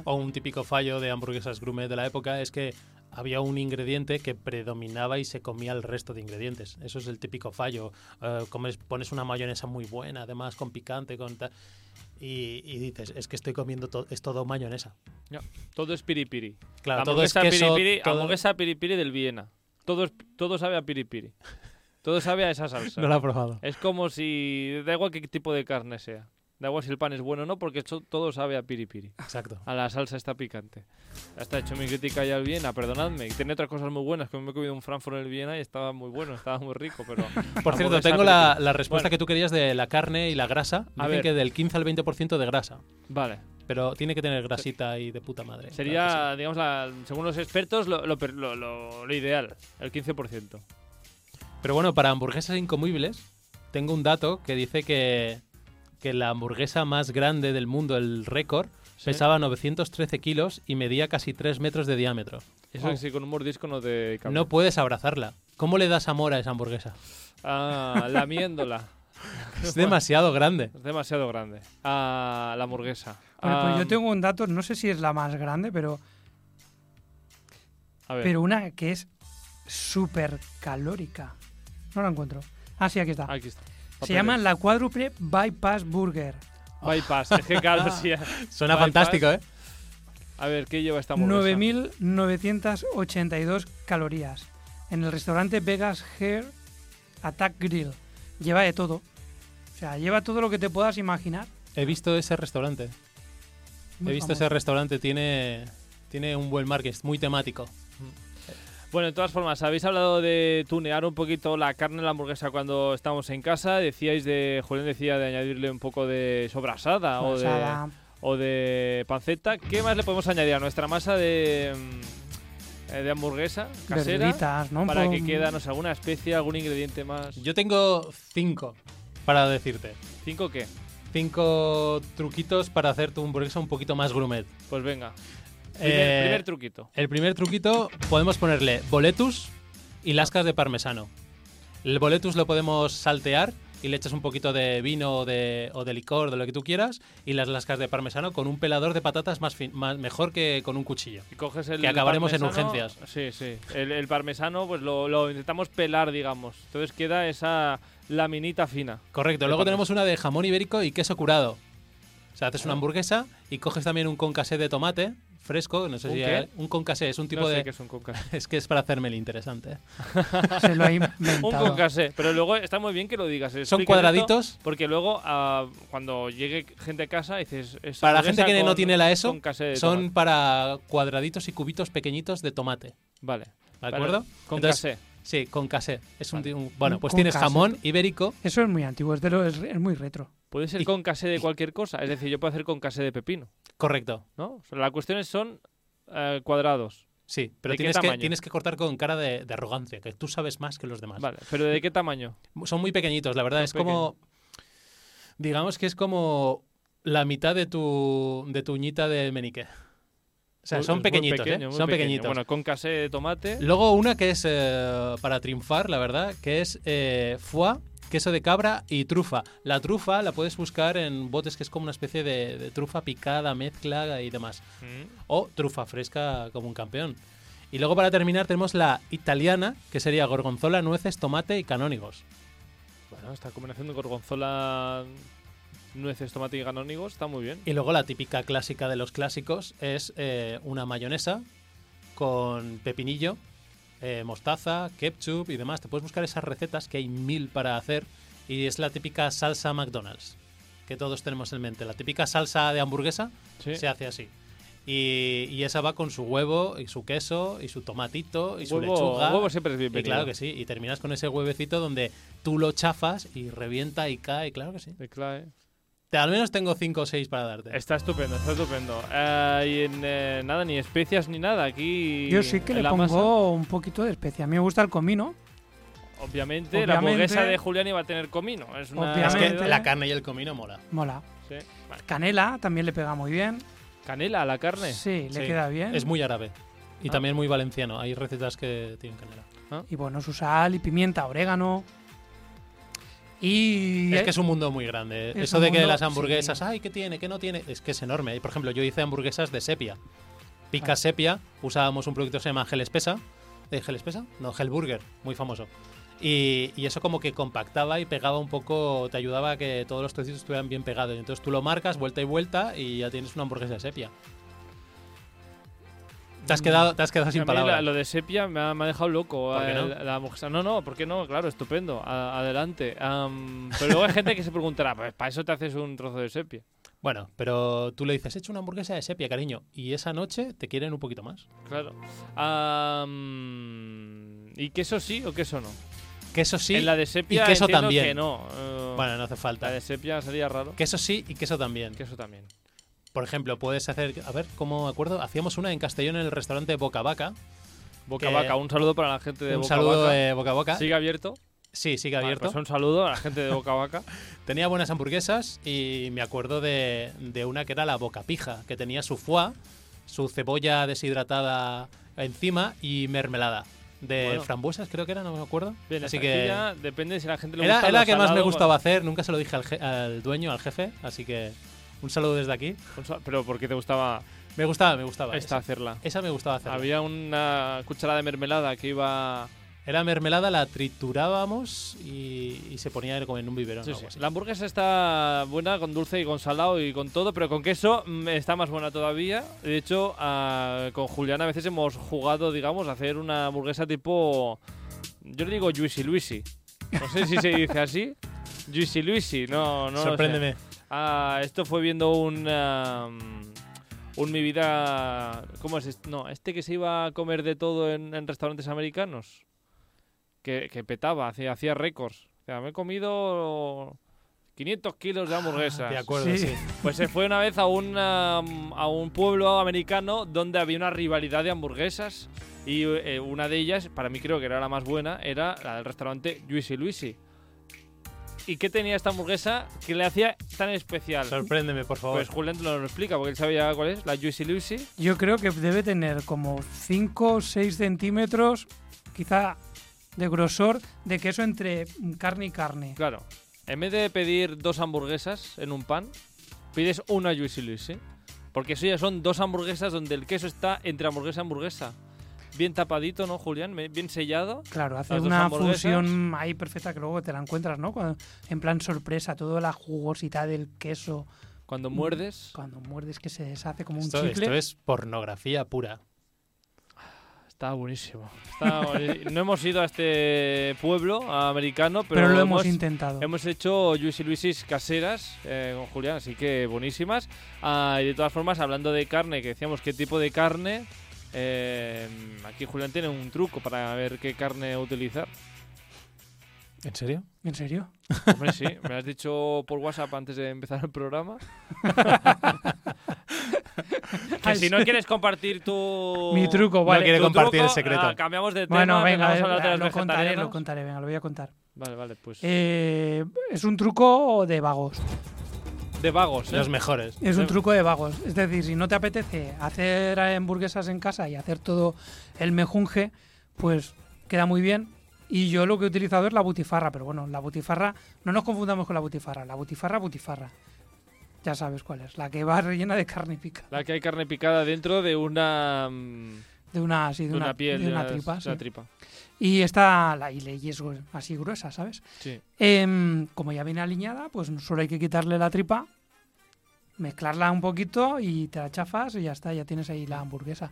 [SPEAKER 1] O un típico fallo de hamburguesas grumet de la época es que había un ingrediente que predominaba y se comía el resto de ingredientes. Eso es el típico fallo. Eh, comes- pones una mayonesa muy buena, además con picante, con tal. Y, y dices, es que estoy comiendo todo, es todo mayonesa.
[SPEAKER 3] Todo es piripiri.
[SPEAKER 1] Claro, todo es
[SPEAKER 3] hamburguesa
[SPEAKER 1] queso.
[SPEAKER 3] piripiri,
[SPEAKER 1] todo-
[SPEAKER 3] hamburguesa piripiri del Viena. Todo, es- todo sabe a piripiri. Todo sabe a esa salsa.
[SPEAKER 1] No lo he probado.
[SPEAKER 3] Es como si. Da igual qué tipo de carne sea. Da igual si el pan es bueno o no, porque esto- todo sabe a piripiri.
[SPEAKER 1] Exacto.
[SPEAKER 3] A la salsa está picante. Ya está hecho mi crítica ya al Viena, perdonadme. Tiene otras cosas muy buenas, que me he comido un Frankfurt en el Viena y estaba muy bueno, estaba muy rico, pero...
[SPEAKER 1] Por cierto,
[SPEAKER 3] hamburguesa
[SPEAKER 1] tengo la,
[SPEAKER 3] piripiri.
[SPEAKER 1] la respuesta
[SPEAKER 3] Bueno.
[SPEAKER 1] que tú querías de la carne y la grasa. Dicen
[SPEAKER 3] A ver.
[SPEAKER 1] que del 15 al 20% de grasa.
[SPEAKER 3] Vale.
[SPEAKER 1] Pero tiene que tener grasita y de puta madre.
[SPEAKER 3] Sería,
[SPEAKER 1] Claro
[SPEAKER 3] digamos, la- según los expertos, lo, lo per- lo- lo- lo ideal, el 15%.
[SPEAKER 1] que sí. Pero bueno, para hamburguesas incomibles, tengo un dato que dice que, que la hamburguesa más grande del mundo, el récord,
[SPEAKER 3] Sí.
[SPEAKER 1] pesaba 913 kilos y medía casi 3 metros de diámetro.
[SPEAKER 3] Eso que sí, con un mordisco no te cabe.
[SPEAKER 1] No puedes abrazarla. ¿Cómo le das amor a esa hamburguesa?
[SPEAKER 3] Ah, lamiéndola.
[SPEAKER 1] Es demasiado grande.
[SPEAKER 3] Es demasiado grande. Ah, la hamburguesa.
[SPEAKER 2] Bueno, pues
[SPEAKER 3] Ah,
[SPEAKER 2] yo tengo un dato, no sé si es la más grande, pero,
[SPEAKER 3] A ver,
[SPEAKER 2] pero una que es súper calórica. No la encuentro. Ah, sí, aquí está.
[SPEAKER 3] aquí está.
[SPEAKER 2] Se
[SPEAKER 3] Papeles.
[SPEAKER 2] llama la cuádruple bypass burger.
[SPEAKER 3] Bypass. Es que
[SPEAKER 2] Ah.
[SPEAKER 3] claro, sí.
[SPEAKER 1] Suena
[SPEAKER 3] Bypass.
[SPEAKER 1] fantástico, ¿eh?
[SPEAKER 3] A ver, ¿qué lleva esta hamburguesa?
[SPEAKER 2] 9.982 calorías. En el restaurante Vegas Hair Attack Grill. Lleva de todo. O sea, lleva todo lo que te puedas imaginar.
[SPEAKER 1] He visto ese restaurante.
[SPEAKER 2] Muy
[SPEAKER 1] He visto
[SPEAKER 2] famoso.
[SPEAKER 1] ese restaurante, tiene, tiene un buen market, es muy temático.
[SPEAKER 3] Bueno, de todas formas, habéis hablado de tunear un poquito la carne en la hamburguesa cuando estamos en casa. Decíais de, Julián decía de añadirle un poco de sobrasada
[SPEAKER 2] Pues
[SPEAKER 3] o de,
[SPEAKER 2] Salada.
[SPEAKER 3] o de panceta. ¿Qué más le podemos añadir a nuestra masa de, mm, eh, de hamburguesa casera?
[SPEAKER 2] verduritas, ¿no? Un
[SPEAKER 3] Para
[SPEAKER 2] poco-
[SPEAKER 3] que quede, no sé, alguna especie, algún ingrediente más.
[SPEAKER 1] Yo tengo cinco para decirte.
[SPEAKER 3] ¿Cinco qué?
[SPEAKER 1] Cinco truquitos para hacer tu hamburguesa un poquito más gourmet.
[SPEAKER 3] Pues venga.
[SPEAKER 1] Eh,
[SPEAKER 3] Primer, primer truquito.
[SPEAKER 1] El primer truquito podemos ponerle boletus y lascas de parmesano. El boletus lo podemos saltear y le echas un poquito de vino o de, o de licor, de lo que tú quieras, y las lascas de parmesano con un pelador de patatas más, fin- más mejor que con un cuchillo.
[SPEAKER 3] Y coges el
[SPEAKER 1] que acabaremos en
[SPEAKER 3] parmesano-
[SPEAKER 1] urgencias.
[SPEAKER 3] Sí, sí. El, el parmesano, pues lo, lo intentamos pelar, digamos. Entonces queda esa laminita fina.
[SPEAKER 1] Correcto.
[SPEAKER 3] De
[SPEAKER 1] Luego
[SPEAKER 3] parmesano.
[SPEAKER 1] tenemos una de jamón ibérico y queso curado. O sea, haces una hamburguesa y coges también un concassé de tomate fresco. No sé
[SPEAKER 3] ¿Un
[SPEAKER 1] si
[SPEAKER 3] qué?
[SPEAKER 1] hay- un concassé es un tipo
[SPEAKER 3] no
[SPEAKER 1] de
[SPEAKER 3] sé qué es un concas.
[SPEAKER 1] es que es para hacerme el interesante.
[SPEAKER 2] Se lo ha
[SPEAKER 3] Un
[SPEAKER 2] inventado.
[SPEAKER 3] concasé, pero luego está muy bien que lo digas.
[SPEAKER 1] Son
[SPEAKER 3] expliques
[SPEAKER 1] cuadraditos.
[SPEAKER 3] esto, porque luego, ah, cuando llegue gente a casa, dices. es
[SPEAKER 1] Para la
[SPEAKER 3] hamburguesa
[SPEAKER 1] gente que no
[SPEAKER 3] con-
[SPEAKER 1] tiene la ESO,
[SPEAKER 3] con casé de
[SPEAKER 1] Son
[SPEAKER 3] tomate.
[SPEAKER 1] para cuadraditos y cubitos pequeñitos de tomate.
[SPEAKER 3] Vale.
[SPEAKER 1] ¿De acuerdo?
[SPEAKER 3] Con
[SPEAKER 1] Entonces,
[SPEAKER 3] casé.
[SPEAKER 1] Sí, con casé. Es un,
[SPEAKER 3] Vale.
[SPEAKER 1] di- un- bueno,
[SPEAKER 2] Un
[SPEAKER 1] pues tienes
[SPEAKER 2] concassé.
[SPEAKER 1] jamón ibérico.
[SPEAKER 2] Eso es muy antiguo, es, de lo- es- es muy retro.
[SPEAKER 3] Puede ser
[SPEAKER 1] y-
[SPEAKER 3] con casé de cualquier cosa. Es decir, yo puedo hacer con casé de pepino,
[SPEAKER 1] Correcto.
[SPEAKER 3] ¿no? O sea, la cuestión es son eh, cuadrados.
[SPEAKER 1] Sí, pero
[SPEAKER 3] ¿De qué
[SPEAKER 1] tienes que,
[SPEAKER 3] tamaño?
[SPEAKER 1] tienes que cortar con cara de, de arrogancia, que tú sabes más que los demás.
[SPEAKER 3] Vale. Pero ¿de qué tamaño?
[SPEAKER 1] Son muy pequeñitos, la verdad.
[SPEAKER 3] Son
[SPEAKER 1] es como Digamos que es como la mitad de tu, de tu uñita de menique. O sea,
[SPEAKER 3] Muy-
[SPEAKER 1] son
[SPEAKER 3] es muy
[SPEAKER 1] pequeñitos,
[SPEAKER 3] pequeño,
[SPEAKER 1] ¿eh?
[SPEAKER 3] muy
[SPEAKER 1] Son
[SPEAKER 3] pequeño.
[SPEAKER 1] pequeñitos.
[SPEAKER 3] Bueno, con casé de tomate.
[SPEAKER 1] Luego una que es eh, para triunfar, la verdad, que es eh, foie, queso de cabra y trufa. La trufa la puedes buscar en botes que es como una especie de, de trufa picada, mezcla y demás.
[SPEAKER 3] Mm.
[SPEAKER 1] O trufa fresca como un campeón. Y luego para terminar tenemos la italiana, que sería gorgonzola, nueces, tomate y canónigos.
[SPEAKER 3] Bueno, esta combinación de gorgonzola, nueces, tomate y canónigos está muy bien.
[SPEAKER 1] Y luego la típica clásica de los clásicos es eh, una mayonesa con pepinillo, eh, mostaza, ketchup y demás. Te puedes buscar esas recetas que hay mil para hacer y es la típica salsa McDonald's que todos tenemos en mente. La típica salsa de hamburguesa
[SPEAKER 3] Sí.
[SPEAKER 1] se hace así. Y, y esa va con su huevo y su queso y su tomatito y su
[SPEAKER 3] Huevo-
[SPEAKER 1] lechuga.
[SPEAKER 3] huevo siempre es
[SPEAKER 1] y
[SPEAKER 3] bienvenido.
[SPEAKER 1] claro que sí. Y terminas con ese huevecito donde tú lo chafas y revienta y cae. Claro que sí.
[SPEAKER 3] De clave.
[SPEAKER 1] Te- al menos tengo cinco o seis para darte.
[SPEAKER 3] Está estupendo, está estupendo. Ah, y en, eh, nada, ni especias ni nada. Aquí.
[SPEAKER 2] Yo sí que
[SPEAKER 3] en
[SPEAKER 2] le
[SPEAKER 3] la
[SPEAKER 2] pongo
[SPEAKER 3] masa,
[SPEAKER 2] un poquito de especia. A mí me gusta el comino.
[SPEAKER 3] obviamente,
[SPEAKER 2] Obviamente-
[SPEAKER 3] la hamburguesa de Julián iba a tener comino. Es una.
[SPEAKER 1] Es que
[SPEAKER 2] Obviamente.
[SPEAKER 1] la carne y el comino mola.
[SPEAKER 2] Mola.
[SPEAKER 3] Sí. Vale.
[SPEAKER 2] Canela también le pega muy bien.
[SPEAKER 3] Canela a la carne.
[SPEAKER 2] Sí, le
[SPEAKER 1] Sí.
[SPEAKER 2] queda bien.
[SPEAKER 1] Es muy árabe. Y
[SPEAKER 3] Ah.
[SPEAKER 1] también muy valenciano. Hay recetas que tienen canela.
[SPEAKER 2] Y bueno, su sal y pimienta, orégano. Y.
[SPEAKER 1] Es que es un mundo muy grande.
[SPEAKER 2] Es
[SPEAKER 1] Eso
[SPEAKER 2] un
[SPEAKER 1] de que
[SPEAKER 2] mundo-
[SPEAKER 1] las hamburguesas,
[SPEAKER 2] sí.
[SPEAKER 1] ay, ¿qué tiene? ¿Qué no tiene? Es que es enorme. Y, Por ejemplo, yo hice hamburguesas de sepia. Pica
[SPEAKER 2] Ah.
[SPEAKER 1] sepia, usábamos un producto que se llama gel espesa. ¿Eh, ¿Gel espesa? No, gel burger, muy famoso. Y, y eso como que compactaba y pegaba un poco, te ayudaba a que todos los trocitos estuvieran bien pegados. Y entonces tú lo marcas, vuelta y vuelta, y ya tienes una hamburguesa de sepia. Te
[SPEAKER 2] Mm.
[SPEAKER 1] has quedado, te has quedado
[SPEAKER 3] A
[SPEAKER 1] sin
[SPEAKER 3] mí la-
[SPEAKER 1] palabras.
[SPEAKER 3] lo de sepia me ha, me ha dejado loco.
[SPEAKER 1] ¿Por qué
[SPEAKER 3] Eh,
[SPEAKER 1] no?
[SPEAKER 3] la- la mujer- no, no, ¿por qué no? Claro, estupendo. a- adelante. Am, pero luego hay gente que se preguntará, pues para eso te haces un trozo de sepia.
[SPEAKER 1] Bueno, pero tú le dices, he hecho una hamburguesa de sepia, cariño, y esa noche te quieren un poquito más.
[SPEAKER 3] Claro. Am, ¿Y queso sí o queso no?
[SPEAKER 1] Queso sí
[SPEAKER 3] En la de sepia
[SPEAKER 1] queso
[SPEAKER 3] entiendo
[SPEAKER 1] también.
[SPEAKER 3] que no. eh,
[SPEAKER 1] Bueno, no hace
[SPEAKER 3] la
[SPEAKER 1] falta.
[SPEAKER 3] de sepia sería raro.
[SPEAKER 1] Queso sí y queso también.
[SPEAKER 3] Queso también.
[SPEAKER 1] Por ejemplo, puedes hacer... A ver, ¿cómo acuerdo? Hacíamos una en Castellón en el restaurante Boca Vaca.
[SPEAKER 3] Boca
[SPEAKER 1] Que-
[SPEAKER 3] Vaca, un saludo para la gente de
[SPEAKER 1] un
[SPEAKER 3] Boca
[SPEAKER 1] saludo
[SPEAKER 3] Vaca.
[SPEAKER 1] de Boca Vaca.
[SPEAKER 3] ¿Sigue abierto?
[SPEAKER 1] Sí, sigue
[SPEAKER 3] Vale,
[SPEAKER 1] abierto.
[SPEAKER 3] pues un saludo a la gente de Boca Vaca.
[SPEAKER 1] Tenía buenas hamburguesas y me acuerdo de, de una que era la Boca Pija, que tenía su foie, su cebolla deshidratada encima y mermelada. De
[SPEAKER 3] Bueno.
[SPEAKER 1] frambuesas creo que era, no me acuerdo.
[SPEAKER 3] Bien,
[SPEAKER 1] Así
[SPEAKER 3] esta
[SPEAKER 1] que...
[SPEAKER 3] gira depende si a la gente le
[SPEAKER 1] Era,
[SPEAKER 3] gusta
[SPEAKER 1] era
[SPEAKER 3] lo
[SPEAKER 1] la que más me
[SPEAKER 3] salado, pues.
[SPEAKER 1] gustaba hacer, nunca se lo dije al, je- al dueño, al jefe, así que un saludo desde aquí.
[SPEAKER 3] pues, un sal- Pero porque te gustaba
[SPEAKER 1] Me gustaba, me gustaba.
[SPEAKER 3] esta
[SPEAKER 1] Esa,
[SPEAKER 3] hacerla.
[SPEAKER 1] esa me gustaba hacer.
[SPEAKER 3] Había una cucharada de mermelada que iba.
[SPEAKER 1] Era mermelada, la triturábamos y, y se ponía como en un biberón.
[SPEAKER 3] Sí,
[SPEAKER 1] o
[SPEAKER 3] sí.
[SPEAKER 1] algo así.
[SPEAKER 3] La hamburguesa está buena con dulce y con salado y con todo, pero con queso mm, está más buena todavía. De hecho, ah, con Julián a veces hemos jugado, digamos, a hacer una hamburguesa tipo. Yo le digo Juicy Luisi. No sé si se dice así. Juicy Luisi, no, no. lo sé.
[SPEAKER 1] Sorpréndeme.
[SPEAKER 3] Ah, esto fue viendo un. ah, un Mi Vida. ¿Cómo es? este? No, este que se iba a comer de todo en, en restaurantes americanos. Que, que petaba, hacía, hacía récords. O sea, me he comido 500 kilos de hamburguesas.
[SPEAKER 1] Ah, De acuerdo, sí.
[SPEAKER 2] Sí.
[SPEAKER 3] Pues se fue una vez a un, am, a un pueblo americano donde había una rivalidad de hamburguesas y eh, una de ellas, para mí creo que era la más buena, era la del restaurante Juicy Luisi. ¿Y qué tenía esta hamburguesa que le hacía tan especial?
[SPEAKER 1] Sorpréndeme, por favor.
[SPEAKER 3] Pues Julián nos lo explica porque él sabía cuál es, la Juicy Lucy.
[SPEAKER 2] Yo creo que debe tener como 5 o 6 centímetros, quizá de grosor, de queso entre carne y carne.
[SPEAKER 3] Claro, en vez de pedir dos hamburguesas en un pan, pides una Juicy Lucy. Porque eso ya son dos hamburguesas donde el queso está entre hamburguesa y hamburguesa. Bien tapadito, ¿no, Julián? Me- Bien sellado.
[SPEAKER 2] Claro, hace
[SPEAKER 3] Las dos
[SPEAKER 2] una
[SPEAKER 3] hamburguesas.
[SPEAKER 2] fusión ahí perfecta que luego te la encuentras, ¿no? Cuando- en plan sorpresa, toda la jugosidad del queso,
[SPEAKER 3] Cuando muerdes,
[SPEAKER 2] cuando muerdes que se deshace como un
[SPEAKER 1] esto,
[SPEAKER 2] chicle.
[SPEAKER 1] esto es pornografía pura.
[SPEAKER 3] está buenísimo. Está buenísimo. no hemos ido a este pueblo americano, pero,
[SPEAKER 2] pero, lo hemos intentado.
[SPEAKER 3] Hemos hecho Juicy Luisis caseras eh, con Julián, así que buenísimas. Ah, y de todas formas, hablando de carne, que decíamos qué tipo de carne, eh, aquí Julián tiene un truco para ver qué carne utilizar.
[SPEAKER 1] ¿En serio?
[SPEAKER 2] ¿En serio?
[SPEAKER 3] Hombre, sí, me lo has dicho por WhatsApp antes de empezar el programa. que si no quieres compartir tu...
[SPEAKER 2] Mi truco,
[SPEAKER 1] No
[SPEAKER 2] vale.
[SPEAKER 1] quiere
[SPEAKER 3] tu
[SPEAKER 1] compartir el
[SPEAKER 3] truco,
[SPEAKER 1] secreto.
[SPEAKER 3] ah, cambiamos de tema,
[SPEAKER 2] Bueno, venga,
[SPEAKER 3] empezamos a hablar de
[SPEAKER 2] eh,
[SPEAKER 3] las
[SPEAKER 2] lo contaré,
[SPEAKER 3] vegetarianas.
[SPEAKER 2] lo contaré, venga, lo voy a contar.
[SPEAKER 3] Vale, vale, pues.
[SPEAKER 2] Eh, es un truco de vagos.
[SPEAKER 3] de vagos, ¿eh?
[SPEAKER 1] Los mejores.
[SPEAKER 2] Es
[SPEAKER 3] Eh,
[SPEAKER 2] un truco de vagos. Es decir, si no te apetece hacer hamburguesas en casa y hacer todo el mejunje, pues queda muy bien. Y yo lo que he utilizado es la butifarra, pero bueno, la butifarra, no nos confundamos con la butifarra. La butifarra, butifarra. Ya sabes cuál es. La que va rellena de carne pica.
[SPEAKER 3] La que hay carne picada dentro de una. mm,
[SPEAKER 2] De una, sí, de
[SPEAKER 3] de
[SPEAKER 2] una,
[SPEAKER 3] una piel,
[SPEAKER 2] de una tripa.
[SPEAKER 3] de
[SPEAKER 2] sí.
[SPEAKER 3] una tripa.
[SPEAKER 2] Y está la y le- y es gru- así gruesa, ¿sabes?
[SPEAKER 3] Sí.
[SPEAKER 2] Em, como ya viene aliñada, pues solo hay que quitarle la tripa, mezclarla un poquito y te la chafas y ya está, ya tienes ahí la hamburguesa.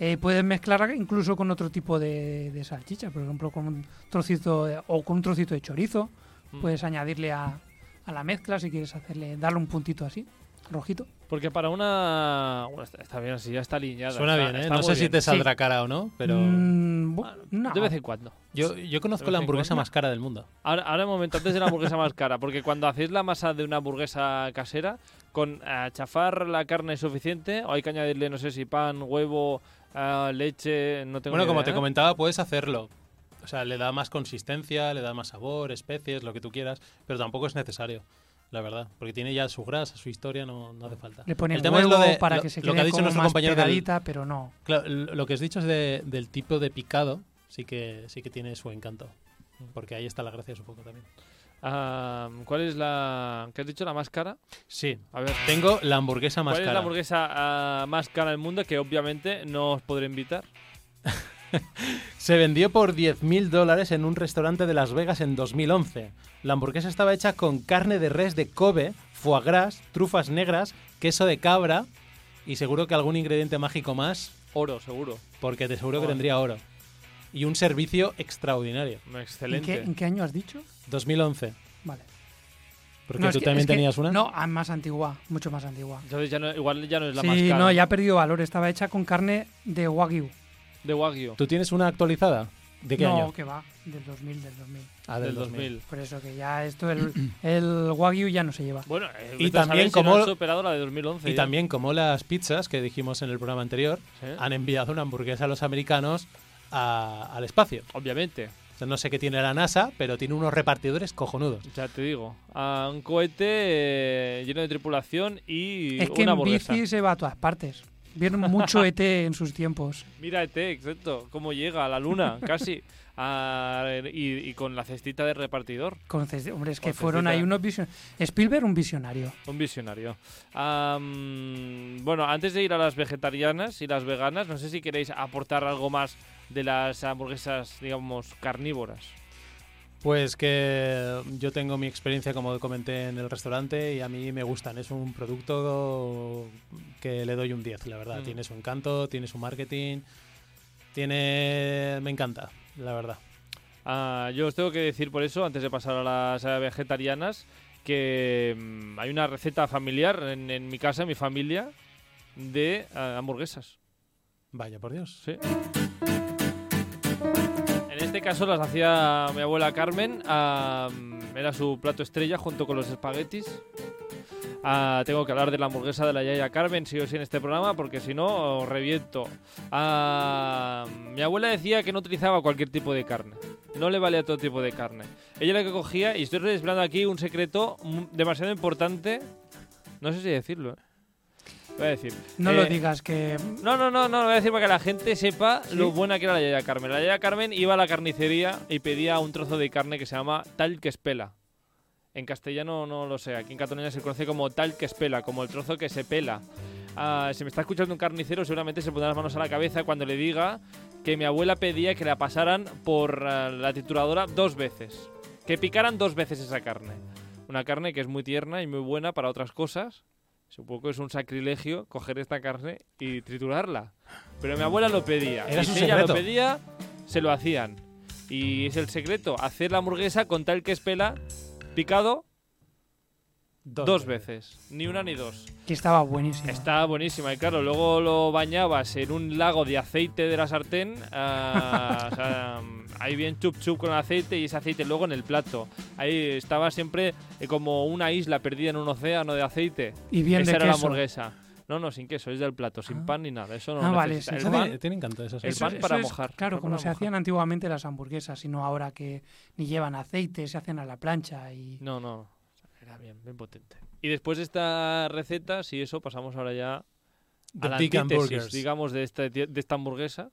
[SPEAKER 2] Eh, puedes mezclarla incluso con otro tipo de, de salchicha, por ejemplo, con un trocito de- o con un trocito de chorizo.
[SPEAKER 3] Mm.
[SPEAKER 2] Puedes añadirle a, a la mezcla si quieres hacerle, darle un puntito así, rojito.
[SPEAKER 3] Porque para una. bueno, está, está bien así, ya está alineada.
[SPEAKER 1] Suena
[SPEAKER 3] está-
[SPEAKER 1] bien, ¿eh?
[SPEAKER 3] está
[SPEAKER 1] No
[SPEAKER 3] muy
[SPEAKER 1] sé si
[SPEAKER 3] bien.
[SPEAKER 1] te saldrá cara o no, pero
[SPEAKER 2] Mm, bu-
[SPEAKER 3] Ah,
[SPEAKER 2] no.
[SPEAKER 3] De vez en cuando.
[SPEAKER 1] yo, yo conozco
[SPEAKER 3] de
[SPEAKER 1] la
[SPEAKER 3] vez en
[SPEAKER 1] hamburguesa
[SPEAKER 3] cuando.
[SPEAKER 1] más cara del mundo.
[SPEAKER 3] Ahora, ahora un momento, antes de la hamburguesa más cara, porque cuando hacéis la masa de una hamburguesa casera, con eh, chafar la carne es suficiente, o hay que añadirle, no sé si pan, huevo, eh, leche, no tengo
[SPEAKER 1] Bueno,
[SPEAKER 3] ni
[SPEAKER 1] como
[SPEAKER 3] idea,
[SPEAKER 1] te
[SPEAKER 3] ¿eh?
[SPEAKER 1] comentaba, puedes hacerlo. O sea, le da más consistencia, le da más sabor, especies, lo que tú quieras, pero tampoco es necesario, la verdad, porque tiene ya su grasa, su historia, no, no hace falta.
[SPEAKER 2] Le ponen
[SPEAKER 1] El tema es lo
[SPEAKER 2] huevo
[SPEAKER 1] de-
[SPEAKER 2] para
[SPEAKER 1] lo-
[SPEAKER 2] que se quede
[SPEAKER 1] lo que ha dicho
[SPEAKER 2] como
[SPEAKER 1] nuestro
[SPEAKER 2] más
[SPEAKER 1] compañero del-
[SPEAKER 2] pegadita, pero no.
[SPEAKER 1] Claro, l- lo que has dicho es de- del tipo de picado, sí que, sí que tiene su encanto, porque ahí está la gracia un poco también.
[SPEAKER 3] Ah, ¿Cuál es la. ¿Qué has dicho? ¿La más cara?
[SPEAKER 1] Sí,
[SPEAKER 3] A ver.
[SPEAKER 1] tengo la hamburguesa más
[SPEAKER 3] ¿Cuál es la
[SPEAKER 1] cara.
[SPEAKER 3] hamburguesa ah, más cara del mundo que obviamente no os podré invitar?
[SPEAKER 1] Se vendió por 10.000 dólares en un restaurante de Las Vegas en 2011. La hamburguesa estaba hecha con carne de res de Kobe, foie gras, trufas negras, queso de cabra y seguro que algún ingrediente mágico más,
[SPEAKER 3] Oro, seguro.
[SPEAKER 1] porque te seguro que
[SPEAKER 3] Joder.
[SPEAKER 1] tendría oro. Y un servicio extraordinario.
[SPEAKER 2] ¿En qué,
[SPEAKER 3] Excelente.
[SPEAKER 2] ¿En qué año has dicho?
[SPEAKER 1] 2011.
[SPEAKER 2] Vale.
[SPEAKER 1] Porque
[SPEAKER 2] No, es
[SPEAKER 1] tú
[SPEAKER 2] que-
[SPEAKER 1] también
[SPEAKER 2] es que-
[SPEAKER 1] tenías una.
[SPEAKER 2] No, ah, más antigua, mucho más antigua.
[SPEAKER 3] Entonces ya no- igual ya no es la
[SPEAKER 2] sí,
[SPEAKER 3] más cara.
[SPEAKER 2] no, ya ha perdido valor. Estaba hecha con carne de Wagyu.
[SPEAKER 3] De Wagyu.
[SPEAKER 1] ¿Tú tienes una actualizada? ¿De qué
[SPEAKER 2] no,
[SPEAKER 1] año?
[SPEAKER 2] que va, del 2000, del 2000.
[SPEAKER 1] Ah,
[SPEAKER 3] del 2000.
[SPEAKER 2] Por eso que ya esto, el, el Wagyu ya no se lleva.
[SPEAKER 3] Bueno, eh,
[SPEAKER 1] Y
[SPEAKER 3] vete a
[SPEAKER 1] también
[SPEAKER 3] saber si no
[SPEAKER 1] como-
[SPEAKER 3] han superado la de 2011.
[SPEAKER 1] Y
[SPEAKER 3] ya.
[SPEAKER 1] también como las pizzas que dijimos en el programa anterior,
[SPEAKER 3] Sí.
[SPEAKER 1] han enviado una hamburguesa a los americanos a- al espacio.
[SPEAKER 3] Obviamente.
[SPEAKER 1] O sea, No sé qué tiene la NASA, pero tiene unos repartidores cojonudos.
[SPEAKER 3] Ya te digo, a un cohete eh, lleno de tripulación y
[SPEAKER 2] es que
[SPEAKER 3] una
[SPEAKER 2] en
[SPEAKER 3] hamburguesa.
[SPEAKER 2] bici se va a todas partes. Vieron mucho ET en sus tiempos.
[SPEAKER 3] Mira, ET, exacto, cómo llega a la luna, casi. Ah, y, y con la cestita de repartidor,
[SPEAKER 2] Con ces- hombre, es que
[SPEAKER 3] Con
[SPEAKER 2] fueron
[SPEAKER 3] cecita.
[SPEAKER 2] ahí unos visionarios. Spielberg, un visionario.
[SPEAKER 3] un visionario. Ah, mm, bueno, antes de ir a las vegetarianas y las veganas, no sé si queréis aportar algo más de las hamburguesas, digamos, carnívoras.
[SPEAKER 1] Pues que yo tengo mi experiencia, como comenté, en el restaurante y a mí me gustan. Es un producto que le doy un 10, la verdad.
[SPEAKER 3] Mm.
[SPEAKER 1] Tiene su encanto, tiene su marketing, tiene... Me encanta, la verdad.
[SPEAKER 3] Ah, yo os tengo que decir por eso, antes de pasar a las eh, vegetarianas, que mm, hay una receta familiar en, en mi casa, en mi familia, de ah, hamburguesas.
[SPEAKER 1] Vaya, por Dios.
[SPEAKER 3] Sí. En este caso las hacía mi abuela Carmen. ah, era su plato estrella junto con los espaguetis. Ah, tengo que hablar de la hamburguesa de la Yaya Carmen, sí o sí, en este programa, porque si no, os reviento. Ah, mi abuela decía que no utilizaba cualquier tipo de carne. No le valía todo tipo de carne. Ella era la que cogía, y estoy desvelando aquí un secreto mu- demasiado importante. No sé si decirlo, ¿eh? Voy a decir.
[SPEAKER 2] No
[SPEAKER 3] Eh,
[SPEAKER 2] lo digas que.
[SPEAKER 3] no, no, no, no, lo voy a decir para que la gente sepa lo buena que era la Yaya Carmen. La Yaya Carmen iba a la carnicería y pedía un trozo de carne que se llama tal que espela. En castellano no lo sé, aquí en Cataluña se conoce como tal que espela, como el trozo que se pela. Ah, si me está escuchando un carnicero, seguramente se pondrá las manos a la cabeza cuando le diga que mi abuela pedía que la pasaran por ah, la trituradora dos veces. Que picaran dos veces esa carne. Una carne que es muy tierna y muy buena para otras cosas. Supongo que es un sacrilegio coger esta carne y triturarla. Pero mi abuela lo pedía.
[SPEAKER 1] Era
[SPEAKER 3] y
[SPEAKER 1] su
[SPEAKER 3] si ella lo
[SPEAKER 1] secreto.
[SPEAKER 3] pedía, se lo hacían. Y es el secreto, hacer la hamburguesa con tal que espela picado dos, veces. Ni una ni dos.
[SPEAKER 2] Que estaba buenísimo.
[SPEAKER 3] Está buenísima y claro, luego lo bañabas en un lago de aceite de la sartén, ah, o sea, ahí bien chup chup con el aceite y ese aceite luego en el plato. Ahí estaba siempre eh, como una isla perdida en un océano de aceite.
[SPEAKER 2] Y bien
[SPEAKER 3] Esa
[SPEAKER 2] de
[SPEAKER 3] era la
[SPEAKER 2] queso.
[SPEAKER 3] hamburguesa. No, no, sin queso, es del plato, sin
[SPEAKER 2] Ah.
[SPEAKER 3] pan ni nada. Eso no
[SPEAKER 2] Ah,
[SPEAKER 3] lo
[SPEAKER 2] vale,
[SPEAKER 3] necesita.
[SPEAKER 2] sí,
[SPEAKER 3] El
[SPEAKER 2] sí.
[SPEAKER 3] pan-
[SPEAKER 1] Tiene, tiene encanto esas
[SPEAKER 3] el
[SPEAKER 1] cosas.
[SPEAKER 3] pan para
[SPEAKER 2] es,
[SPEAKER 3] mojar,
[SPEAKER 2] Claro,
[SPEAKER 3] pan
[SPEAKER 2] como
[SPEAKER 3] para
[SPEAKER 2] se
[SPEAKER 3] mojar.
[SPEAKER 2] hacían antiguamente las hamburguesas, sino ahora que ni llevan aceite, se hacen a la plancha y...
[SPEAKER 3] No, no. Era bien, bien potente. Y después de esta receta, si eso, pasamos ahora ya
[SPEAKER 1] The
[SPEAKER 3] a la
[SPEAKER 1] Big
[SPEAKER 3] antítesis,
[SPEAKER 1] Hamburgers.
[SPEAKER 3] digamos, de esta, de esta hamburguesa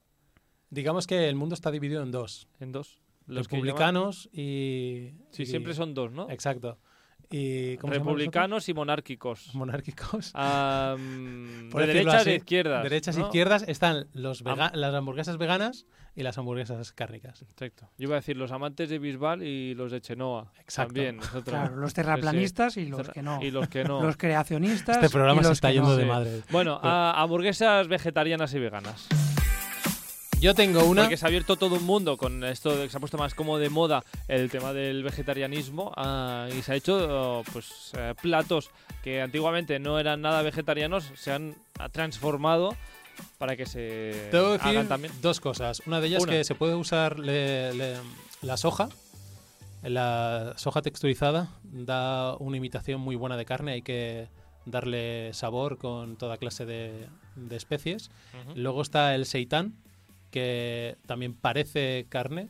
[SPEAKER 1] Digamos que el mundo está dividido en dos.
[SPEAKER 3] en dos.
[SPEAKER 1] Los
[SPEAKER 3] que llaman-
[SPEAKER 1] republicanos y...
[SPEAKER 3] Sí,
[SPEAKER 1] y-
[SPEAKER 3] siempre son dos, ¿no?
[SPEAKER 1] Exacto. Y, ¿cómo se llaman los otros?
[SPEAKER 3] Republicanos y monárquicos.
[SPEAKER 1] Monárquicos.
[SPEAKER 3] Ah, mm,
[SPEAKER 1] Por
[SPEAKER 3] de
[SPEAKER 1] decirlo
[SPEAKER 3] derechas
[SPEAKER 1] así,
[SPEAKER 3] e izquierdas.
[SPEAKER 1] Derechas e
[SPEAKER 3] ¿no?
[SPEAKER 1] izquierdas están los vega- las hamburguesas veganas y las hamburguesas cárnicas.
[SPEAKER 3] Exacto. Yo iba a decir los amantes de Bisbal y los de Chenoa.
[SPEAKER 1] Exacto.
[SPEAKER 3] También. es otra-
[SPEAKER 2] Claro, los terraplanistas y los
[SPEAKER 3] Cerra-
[SPEAKER 2] que no.
[SPEAKER 3] Y los que no.
[SPEAKER 2] Los creacionistas
[SPEAKER 1] Este programa
[SPEAKER 2] y
[SPEAKER 1] se
[SPEAKER 2] los
[SPEAKER 1] está
[SPEAKER 2] que
[SPEAKER 1] yendo
[SPEAKER 2] no.
[SPEAKER 1] de
[SPEAKER 3] Sí.
[SPEAKER 1] madre.
[SPEAKER 3] Bueno, a- hamburguesas vegetarianas y veganas.
[SPEAKER 1] Yo tengo una...
[SPEAKER 3] Porque se ha abierto todo un mundo con esto de que se ha puesto más como de moda el tema del vegetarianismo ah, y se ha hecho pues eh, platos que antiguamente no eran nada vegetarianos se han ah, transformado para que se
[SPEAKER 1] Te voy a decir
[SPEAKER 3] hagan Eh, también.
[SPEAKER 1] dos cosas. Una de ellas
[SPEAKER 3] Una.
[SPEAKER 1] que se puede usar le- le- la soja. La soja texturizada da una imitación muy buena de carne. Hay que darle sabor con toda clase de, de especies.
[SPEAKER 3] Ujú.
[SPEAKER 1] Luego está el seitán, que también parece carne,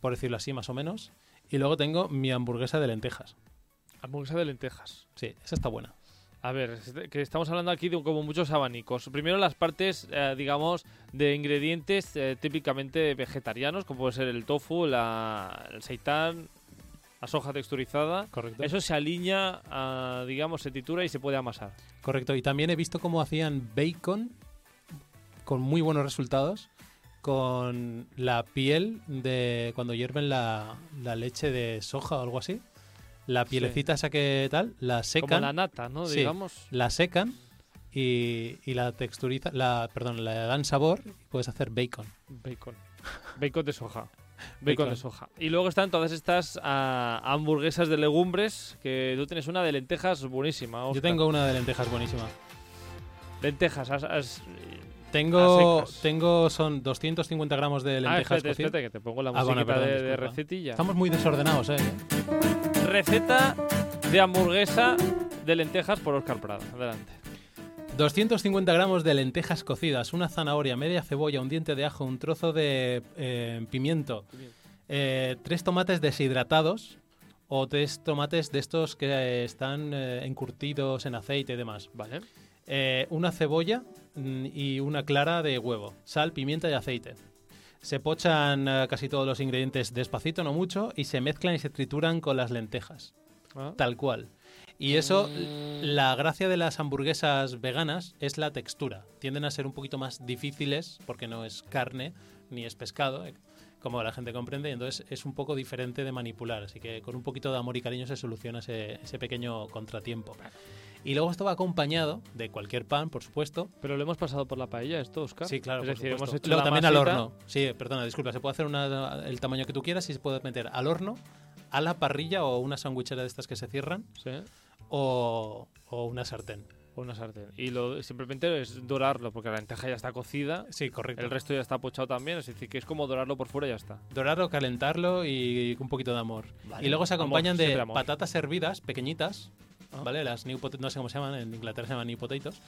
[SPEAKER 1] por decirlo así más o menos. Y luego tengo mi hamburguesa de lentejas.
[SPEAKER 3] Hamburguesa de lentejas.
[SPEAKER 1] Sí, esa está buena.
[SPEAKER 3] A ver, es de- que estamos hablando aquí de como muchos abanicos. Primero las partes, eh, digamos, de ingredientes eh, típicamente vegetarianos, como puede ser el tofu, la, el seitán, la soja texturizada.
[SPEAKER 1] Correcto.
[SPEAKER 3] Eso se alinea, ah, digamos, se titura y se puede amasar.
[SPEAKER 1] Correcto, y también he visto cómo hacían bacon con muy buenos resultados con la piel de cuando hierven la, la leche de soja o algo así. La pielecita esa que tal, la
[SPEAKER 3] Como
[SPEAKER 1] secan,
[SPEAKER 3] la nata, ¿no?
[SPEAKER 1] Sí.
[SPEAKER 3] Digamos.
[SPEAKER 1] la secan y, y la texturiza, la, perdón, le dan sabor y puedes hacer bacon.
[SPEAKER 3] Bacon. Bacon de soja. Bacon,
[SPEAKER 1] Bacon.
[SPEAKER 3] de soja. Y luego están todas estas ah, hamburguesas de legumbres, que tú tienes una de lentejas buenísima.
[SPEAKER 1] Yo
[SPEAKER 3] Óscar.
[SPEAKER 1] tengo una de lentejas buenísima.
[SPEAKER 3] Lentejas. has- has-
[SPEAKER 1] Tengo,
[SPEAKER 3] Las secas.
[SPEAKER 1] tengo son 250 gramos de
[SPEAKER 3] Ah,
[SPEAKER 1] lentejas
[SPEAKER 3] espérate,
[SPEAKER 1] cocidas.
[SPEAKER 3] espérate, que te pongo la
[SPEAKER 1] Ah, bueno,
[SPEAKER 3] musiquita
[SPEAKER 1] perdón,
[SPEAKER 3] de, de
[SPEAKER 1] disculpa.
[SPEAKER 3] recetilla.
[SPEAKER 1] Estamos muy desordenados, eh.
[SPEAKER 3] Receta de hamburguesa de lentejas por Oscar Prado. Adelante.
[SPEAKER 1] 250 gramos de lentejas cocidas, una zanahoria, media cebolla, un diente de ajo, un trozo de eh, pimiento, eh, tres tomates deshidratados o tres tomates de estos que eh, están eh, encurtidos en aceite y demás.
[SPEAKER 3] Vale.
[SPEAKER 1] Eh, una cebolla mm, y una clara de huevo, sal, pimienta y aceite. Se pochan eh, casi todos los ingredientes despacito, no mucho, y se mezclan y se trituran con las lentejas
[SPEAKER 3] Ah.
[SPEAKER 1] tal cual. Y eso,
[SPEAKER 3] Mm.
[SPEAKER 1] la gracia de las hamburguesas veganas es la textura. Tienden a ser un poquito más difíciles porque no es carne ni es pescado, eh, como la gente comprende, y entonces es un poco diferente de manipular. Así que con un poquito de amor y cariño se soluciona ese, ese pequeño contratiempo. Y luego esto va acompañado de cualquier pan, por supuesto.
[SPEAKER 3] Pero lo hemos pasado por la paella esto, Oscar.
[SPEAKER 1] Sí, claro.
[SPEAKER 3] Es
[SPEAKER 1] por
[SPEAKER 3] decir, hemos
[SPEAKER 1] supuesto.
[SPEAKER 3] hecho
[SPEAKER 1] Luego
[SPEAKER 3] la
[SPEAKER 1] también al
[SPEAKER 3] masita.
[SPEAKER 1] horno. Sí, perdona, disculpa. Se puede hacer una- el tamaño que tú quieras y se puede meter al horno, a la parrilla o una sandwichera de estas que se cierran
[SPEAKER 3] Sí.
[SPEAKER 1] o, o una sartén.
[SPEAKER 3] o una sartén. Y lo, simplemente es dorarlo, porque la lenteja ya está cocida,
[SPEAKER 1] Sí, correcto.
[SPEAKER 3] el resto ya está pochado también, es decir, que es como dorarlo por fuera y ya está.
[SPEAKER 1] Dorarlo, calentarlo y un poquito de amor.
[SPEAKER 3] Vale.
[SPEAKER 1] Y luego se
[SPEAKER 3] Amor,
[SPEAKER 1] acompañan de
[SPEAKER 3] siempre amor.
[SPEAKER 1] patatas hervidas, pequeñitas,
[SPEAKER 3] Ah.
[SPEAKER 1] ¿vale? Las new pot- no sé cómo se llaman, en Inglaterra se llaman new potatoes.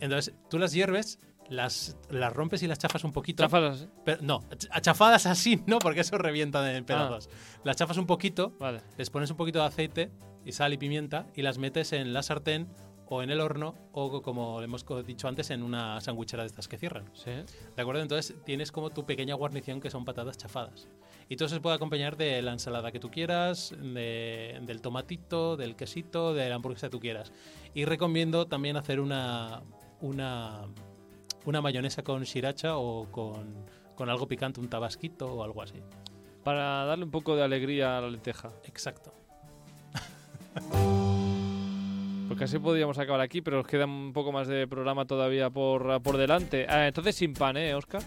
[SPEAKER 1] Entonces, tú las hierves, las, las rompes y las chafas un poquito.
[SPEAKER 3] Chafas así.
[SPEAKER 1] Pero, no, ach- achafadas así, no, porque eso revienta en pedazos. Las chafas un poquito,
[SPEAKER 3] Vale.
[SPEAKER 1] les pones un poquito de aceite y sal y pimienta y las metes en la sartén o en el horno o, como hemos co- dicho antes, en una sandwichera de estas que cierran.
[SPEAKER 3] Sí.
[SPEAKER 1] ¿De acuerdo? Entonces tienes como tu pequeña guarnición que son patatas chafadas. Y todo eso se puede acompañar de la ensalada que tú quieras, de- del tomatito, del quesito, de la hamburguesa que tú quieras. Y recomiendo también hacer una, una, una mayonesa con sriracha o con, con algo picante, un tabasquito o algo así.
[SPEAKER 3] Para darle un poco de alegría a la lenteja.
[SPEAKER 1] Exacto.
[SPEAKER 3] Porque así podríamos acabar aquí, pero nos queda un poco más de programa todavía por, por delante. Ah, entonces sin pan, ¿eh, Oscar?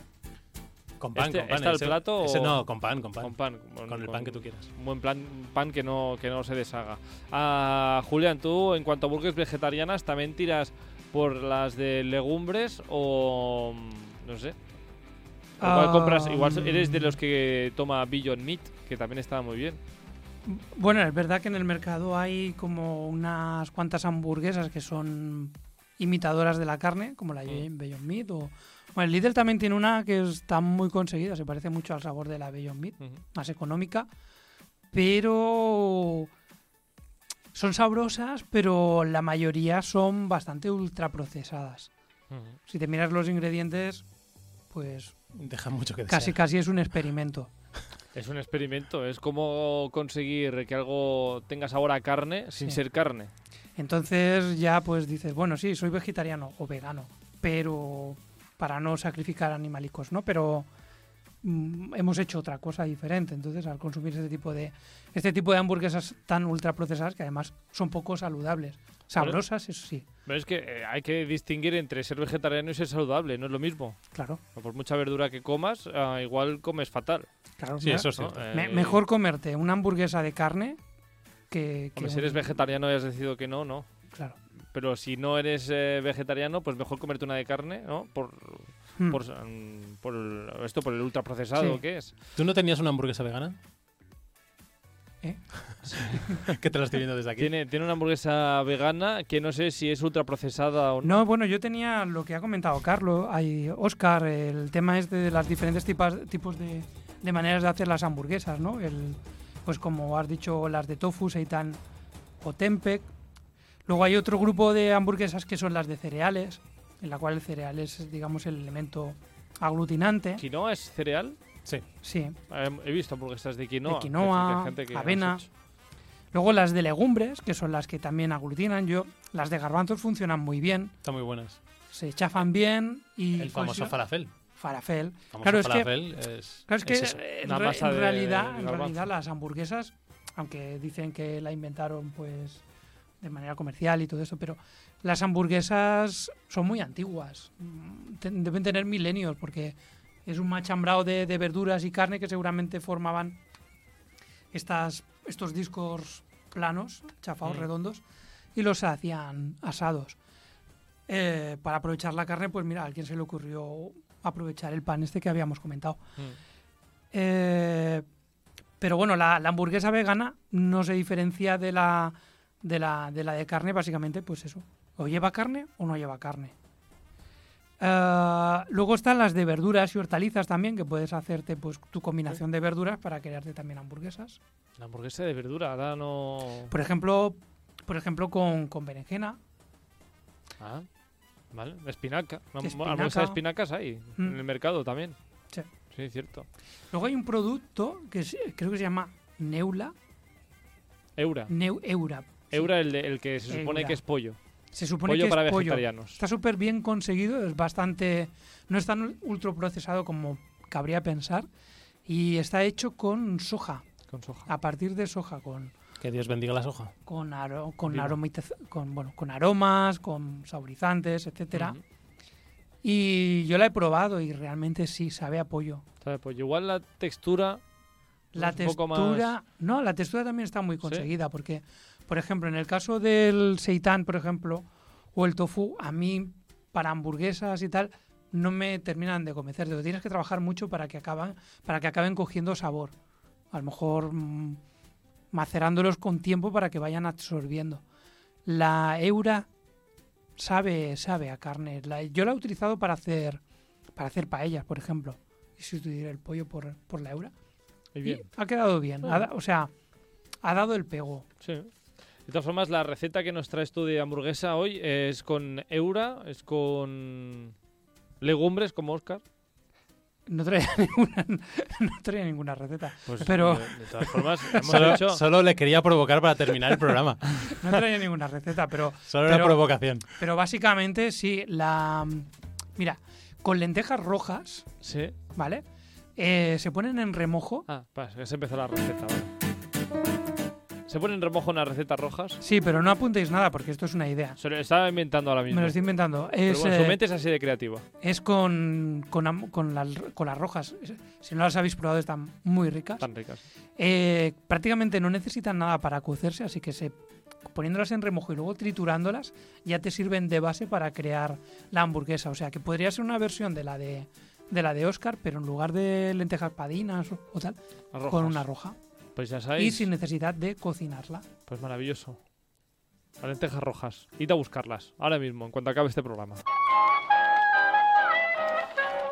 [SPEAKER 1] Con pan,
[SPEAKER 3] Este-
[SPEAKER 1] con pan.
[SPEAKER 3] ¿está el
[SPEAKER 1] ese-
[SPEAKER 3] plato
[SPEAKER 1] ese
[SPEAKER 3] o-
[SPEAKER 1] no, con pan, con pan.
[SPEAKER 3] Con pan. Con,
[SPEAKER 1] Con el
[SPEAKER 3] con
[SPEAKER 1] pan que tú quieras.
[SPEAKER 3] Un buen plan, un pan que no, que no se deshaga. Ah, Julián, tú en cuanto a burgers vegetarianas, ¿también tiras por las de legumbres o... mm, no sé? Igual
[SPEAKER 2] Ah,
[SPEAKER 3] compras, igual
[SPEAKER 2] mm.
[SPEAKER 3] eres de los que toma Beyond Meat, que también está muy bien.
[SPEAKER 2] Bueno, es verdad que en el mercado hay como unas cuantas hamburguesas que son imitadoras de la carne, como
[SPEAKER 3] Mm.
[SPEAKER 2] la Beyond Meat. O... Bueno, el Lidl también tiene una que está muy conseguida, se parece mucho al sabor de la Beyond Meat,
[SPEAKER 3] Ujú.
[SPEAKER 2] más económica, pero son sabrosas, pero la mayoría son bastante ultraprocesadas.
[SPEAKER 3] Ujú.
[SPEAKER 2] Si te miras los ingredientes, pues
[SPEAKER 1] Deja mucho que
[SPEAKER 2] casi
[SPEAKER 1] desear.
[SPEAKER 2] casi es un experimento.
[SPEAKER 3] Es un experimento, es como conseguir que algo tenga sabor a carne sin
[SPEAKER 2] Sí.
[SPEAKER 3] ser carne.
[SPEAKER 2] Entonces ya pues dices, bueno, sí, soy vegetariano o vegano, pero para no sacrificar animalicos, ¿no? Pero mm, hemos hecho otra cosa diferente. Entonces, al consumir este tipo de este tipo de hamburguesas tan ultraprocesadas que además son poco saludables, sabrosas, eso sí,
[SPEAKER 3] Pero es que eh, hay que distinguir entre ser vegetariano y ser saludable, no es lo mismo.
[SPEAKER 2] claro,
[SPEAKER 3] Por mucha verdura que comas, ah, igual comes fatal.
[SPEAKER 2] claro.
[SPEAKER 1] Sí,
[SPEAKER 2] mira,
[SPEAKER 1] eso es
[SPEAKER 3] ¿no?
[SPEAKER 1] cierto.
[SPEAKER 3] Eh,
[SPEAKER 2] me- mejor comerte una hamburguesa de carne que, que
[SPEAKER 3] hombre, si
[SPEAKER 2] un-
[SPEAKER 3] eres vegetariano y has decidido que no, no.
[SPEAKER 2] claro.
[SPEAKER 3] Pero si no eres eh, vegetariano, pues mejor comerte una de carne, ¿no? Por,
[SPEAKER 2] Mm.
[SPEAKER 3] por, mm, por el- esto, por el ultraprocesado
[SPEAKER 2] Sí.
[SPEAKER 3] que es.
[SPEAKER 1] ¿Tú no tenías una hamburguesa vegana?
[SPEAKER 2] ¿Eh?
[SPEAKER 1] que te la estoy viendo desde aquí.
[SPEAKER 3] Tiene, tiene una hamburguesa vegana que no sé si es ultraprocesada o no.
[SPEAKER 2] No, bueno, yo tenía lo que ha comentado Carlos, hay Oscar, el tema es de las diferentes tipas- tipos de, de maneras de hacer las hamburguesas, ¿no? El, pues como has dicho, las de tofu, seitan o tempeh. Luego hay otro grupo de hamburguesas que son las de cereales, en la cual el cereal es, digamos, el elemento aglutinante.
[SPEAKER 3] ¿Quinoa es cereal?
[SPEAKER 1] Sí.
[SPEAKER 2] Sí.
[SPEAKER 3] Eh, He visto hamburguesas de quinoa.
[SPEAKER 2] De quinoa,
[SPEAKER 3] es decir, gente que hemos
[SPEAKER 2] avena.
[SPEAKER 3] hecho.
[SPEAKER 2] Luego las de legumbres, que son las que también aglutinan. Yo, las de garbanzos funcionan muy bien,
[SPEAKER 1] Están muy buenas.
[SPEAKER 2] se chafan bien y...
[SPEAKER 1] El famoso
[SPEAKER 2] consi-
[SPEAKER 1] falafel.
[SPEAKER 2] Falafel.
[SPEAKER 1] Famoso
[SPEAKER 2] Claro, es que-
[SPEAKER 1] falafel es,
[SPEAKER 2] Claro, es que
[SPEAKER 1] eso.
[SPEAKER 2] eh, en,
[SPEAKER 3] una
[SPEAKER 2] re-
[SPEAKER 3] masa
[SPEAKER 2] en
[SPEAKER 3] de
[SPEAKER 2] realidad, en
[SPEAKER 3] garbanzo.
[SPEAKER 2] realidad las hamburguesas, aunque dicen que la inventaron pues de manera comercial y todo eso, pero las hamburguesas son muy antiguas. Mm, te- Deben tener milenios porque es un machambrado de, de verduras y carne que seguramente formaban estas, estos discos planos, chafados,
[SPEAKER 3] Mm.
[SPEAKER 2] redondos, y los hacían asados. Eh, para aprovechar la carne, pues mira, a alguien se le ocurrió aprovechar el pan este que habíamos comentado.
[SPEAKER 3] Mm.
[SPEAKER 2] Eh, pero bueno, la, la hamburguesa vegana no se diferencia de la, de la de la de carne, básicamente, pues eso. O lleva carne o no lleva carne. Eh, luego están las de verduras y hortalizas también, que puedes hacerte pues tu combinación de verduras para crearte también hamburguesas.
[SPEAKER 3] La hamburguesa de verdura, ahora no.
[SPEAKER 2] Por ejemplo, por ejemplo con, con berenjena.
[SPEAKER 3] Ah, vale. Espinaca. Una mu-
[SPEAKER 2] Espinaca.
[SPEAKER 3] hamburguesa de espinacas hay
[SPEAKER 2] Mm.
[SPEAKER 3] en el mercado también.
[SPEAKER 2] Sí.
[SPEAKER 3] Sí, cierto.
[SPEAKER 2] Luego hay un producto que es- creo que se llama Neula.
[SPEAKER 3] Eura.
[SPEAKER 2] Neu, eura. Sí.
[SPEAKER 3] Eura, el, de- el que se supone
[SPEAKER 2] Eura.
[SPEAKER 3] que es pollo.
[SPEAKER 2] Se supone
[SPEAKER 3] pollo
[SPEAKER 2] que es
[SPEAKER 3] para
[SPEAKER 2] pollo.
[SPEAKER 3] vegetarianos.
[SPEAKER 2] Está súper bien conseguido, es bastante. No es tan ultraprocesado como cabría pensar. Y está hecho con soja,
[SPEAKER 3] Con soja.
[SPEAKER 2] a partir de soja, con,
[SPEAKER 1] Que Dios bendiga la soja.
[SPEAKER 2] con, aro- con,
[SPEAKER 3] Viva.
[SPEAKER 2] aromatiz- con, bueno, con aromas, con saborizantes, etcétera.
[SPEAKER 3] Ujú.
[SPEAKER 2] Y yo la he probado y realmente sí, sabe a pollo.
[SPEAKER 3] Sabe a pollo. Igual la textura.
[SPEAKER 2] La
[SPEAKER 3] es un poco más-
[SPEAKER 2] textura. No, la textura también está muy
[SPEAKER 3] Sí.
[SPEAKER 2] conseguida, porque, por ejemplo, en el caso del seitan, por ejemplo, o el tofu, a mí, para hamburguesas y tal, no me terminan de convencer. Digo, Tienes que trabajar mucho para que acaben, para que acaben cogiendo sabor. A lo mejor mm, macerándolos con tiempo para que vayan absorbiendo. La eura sabe, sabe a carne. La- yo la he utilizado para hacer, para hacer paellas, por ejemplo. Y sustituir el pollo por, por la eura. Y
[SPEAKER 3] Muy bien.
[SPEAKER 2] ha quedado bien. ha
[SPEAKER 3] Bueno.
[SPEAKER 2] da- o sea, ha dado el pego.
[SPEAKER 3] Sí. De todas formas, la receta que nos traes tú de hamburguesa hoy es con eura, es con legumbres como Oscar.
[SPEAKER 2] No traía ninguna, no traía ninguna receta.
[SPEAKER 3] Pues,
[SPEAKER 2] Pero-
[SPEAKER 3] De, de todas formas, hemos
[SPEAKER 1] Solo,
[SPEAKER 3] hecho.
[SPEAKER 1] solo le quería provocar para terminar el programa.
[SPEAKER 2] No traía ninguna receta, pero,
[SPEAKER 1] Solo era
[SPEAKER 2] Pero-
[SPEAKER 1] provocación.
[SPEAKER 2] pero básicamente sí, la. Mira, con lentejas rojas,
[SPEAKER 3] Sí.
[SPEAKER 2] ¿vale? Eh, se ponen en remojo.
[SPEAKER 3] Ah, pas, ya se empezó la receta. vale. ¿Se pone en remojo unas recetas rojas?
[SPEAKER 2] Sí, pero no apuntéis nada porque esto es una idea.
[SPEAKER 3] Se lo estaba inventando ahora mismo.
[SPEAKER 2] Me lo estoy inventando.
[SPEAKER 3] Pero
[SPEAKER 2] Es,
[SPEAKER 3] bueno,
[SPEAKER 2] eh,
[SPEAKER 3] su mente es así de creativa.
[SPEAKER 2] es con, con, am- con las, con las rojas. Si no las habéis probado, están muy ricas.
[SPEAKER 3] Tan ricas.
[SPEAKER 2] Eh, prácticamente no necesitan nada para cocerse, así que se, poniéndolas en remojo y luego triturándolas ya te sirven de base para crear la hamburguesa. O sea que podría ser una versión de la de, de la de Oscar, pero en lugar de lentejas padinas o, o tal,
[SPEAKER 3] Rojas.
[SPEAKER 2] con una roja.
[SPEAKER 3] Pues ya
[SPEAKER 2] Y
[SPEAKER 3] sabéis.
[SPEAKER 2] sin necesidad de cocinarla.
[SPEAKER 3] Pues maravilloso. Las lentejas rojas. Id a buscarlas, ahora mismo, en cuanto acabe este programa.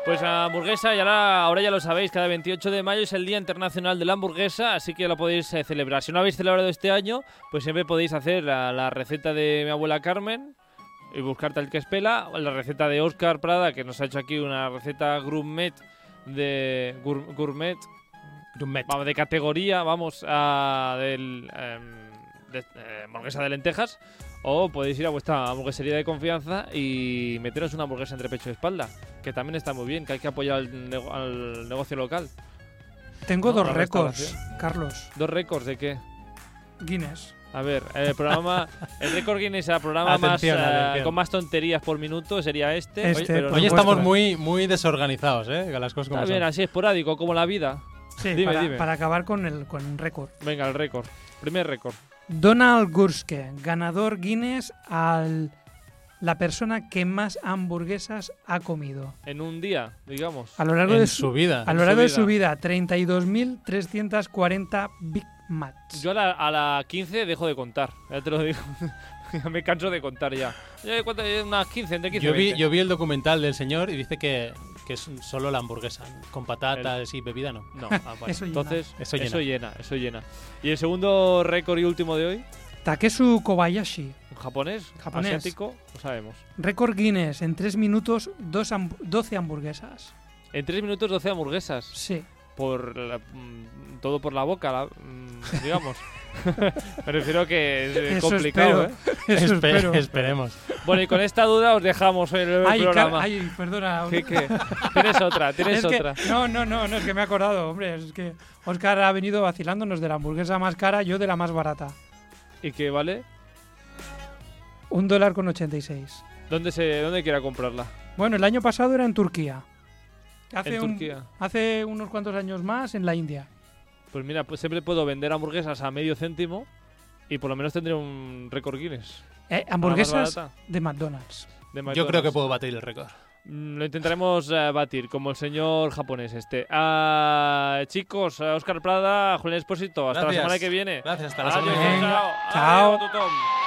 [SPEAKER 3] Pues la hamburguesa, y ahora, ahora ya lo sabéis, cada 28 de mayo es el Día Internacional de la Hamburguesa, así que lo podéis eh, celebrar. Si no habéis celebrado este año, pues siempre podéis hacer la, la receta de mi abuela Carmen y buscar tal que espela, o la receta de Oscar Prada, que nos ha hecho aquí una receta gourmet de gour- gourmet
[SPEAKER 1] Gourmet.
[SPEAKER 3] Vamos, de categoría, vamos a del, em, de- eh, hamburguesa de lentejas. O podéis ir a vuestra hamburguesería de confianza y meteros una hamburguesa entre pecho y espalda, que también está muy bien, que hay que apoyar al, nego- al negocio local.
[SPEAKER 2] Tengo
[SPEAKER 3] No,
[SPEAKER 2] dos
[SPEAKER 3] la
[SPEAKER 2] récords,
[SPEAKER 3] restauración.
[SPEAKER 2] Carlos.
[SPEAKER 3] ¿Dos récords de qué?
[SPEAKER 2] Guinness.
[SPEAKER 3] A ver, el programa. el récord Guinness, el programa
[SPEAKER 1] Atención,
[SPEAKER 3] más, eh,
[SPEAKER 1] atención. pues
[SPEAKER 3] con más tonterías por minuto sería este.
[SPEAKER 2] Este,
[SPEAKER 3] pero
[SPEAKER 2] por
[SPEAKER 1] Hoy
[SPEAKER 3] no-
[SPEAKER 2] supuesto.
[SPEAKER 1] estamos muy, muy desorganizados, ¿eh? Con las cosas como
[SPEAKER 3] está bien,
[SPEAKER 1] son.
[SPEAKER 3] así esporádico, como la vida.
[SPEAKER 2] Sí,
[SPEAKER 3] Dime,
[SPEAKER 2] para,
[SPEAKER 3] dime.
[SPEAKER 2] para acabar con el con un récord.
[SPEAKER 3] Venga, el récord. Primer récord.
[SPEAKER 2] Donald Gurske, ganador Guinness al la persona que más hamburguesas ha comido.
[SPEAKER 3] En un día, digamos.
[SPEAKER 2] A lo largo
[SPEAKER 1] En
[SPEAKER 2] de
[SPEAKER 1] su vida.
[SPEAKER 2] a
[SPEAKER 3] en
[SPEAKER 2] lo
[SPEAKER 3] su
[SPEAKER 2] largo de su vida, 32.340 Big Macs.
[SPEAKER 3] Yo a la, a la 15 dejo de contar, ya te lo digo. Ya me canso de contar ya. Ya, ¿cuánto? Eh, Unas 15, entre 15
[SPEAKER 1] Yo vi,
[SPEAKER 3] 20.
[SPEAKER 1] yo vi el documental del señor y dice que, que es solo la hamburguesa, con patatas y bebida no.
[SPEAKER 3] No, ah, vale.
[SPEAKER 2] Eso llena.
[SPEAKER 3] entonces
[SPEAKER 1] Eso llena.
[SPEAKER 3] eso llena, eso llena. ¿Y el segundo récord y último de hoy?
[SPEAKER 2] Takesu Kobayashi,
[SPEAKER 3] ¿Un japonés?
[SPEAKER 2] Japonés.
[SPEAKER 3] ¿Asiático? No sabemos.
[SPEAKER 2] récord Guinness en 3 minutos, dos hamb- 12 hamburguesas.
[SPEAKER 3] En 3 minutos 12 hamburguesas.
[SPEAKER 2] Sí.
[SPEAKER 3] Por la- mm, todo por la boca, la- mm, digamos. me refiero que es eh,
[SPEAKER 2] Eso
[SPEAKER 3] complicado,
[SPEAKER 2] espero.
[SPEAKER 3] ¿eh?
[SPEAKER 2] Eso
[SPEAKER 1] Espe-
[SPEAKER 2] espero.
[SPEAKER 1] Esperemos.
[SPEAKER 3] Bueno, y con esta duda os dejamos el, el
[SPEAKER 2] Ay, Car-
[SPEAKER 3] programa.
[SPEAKER 2] ay, perdona.
[SPEAKER 3] ¿Qué, qué? Tienes otra, tienes
[SPEAKER 2] Es que-
[SPEAKER 3] otra.
[SPEAKER 2] no, no, no, no, es que me he acordado, hombre. Es que Oscar ha venido vacilándonos de la hamburguesa más cara, yo de la más barata.
[SPEAKER 3] ¿Y qué vale?
[SPEAKER 2] Un dólar con 86.
[SPEAKER 3] ¿Dónde, se, dónde quiera comprarla?
[SPEAKER 2] Bueno, el año pasado era en Turquía. Hace
[SPEAKER 3] En
[SPEAKER 2] un-
[SPEAKER 3] Turquía.
[SPEAKER 2] hace unos cuantos años más en la India.
[SPEAKER 3] Pues mira, pues siempre puedo vender hamburguesas a medio céntimo y por lo menos tendré un récord Guinness.
[SPEAKER 2] Eh,
[SPEAKER 3] Una
[SPEAKER 2] hamburguesas
[SPEAKER 3] más barata
[SPEAKER 2] de McDonald's.
[SPEAKER 3] de
[SPEAKER 1] Yo
[SPEAKER 3] McDonald's.
[SPEAKER 1] creo que puedo batir el récord.
[SPEAKER 3] Mm, Lo intentaremos eh, batir, como el señor japonés este. Ah, chicos, Oscar Prada, Julián Espósito, hasta
[SPEAKER 1] Gracias.
[SPEAKER 3] la semana que viene.
[SPEAKER 1] Gracias, hasta la
[SPEAKER 3] Adiós,
[SPEAKER 1] semana que
[SPEAKER 2] Venga,
[SPEAKER 1] viene.
[SPEAKER 3] chao.
[SPEAKER 2] chao.
[SPEAKER 3] Adiós, Tom.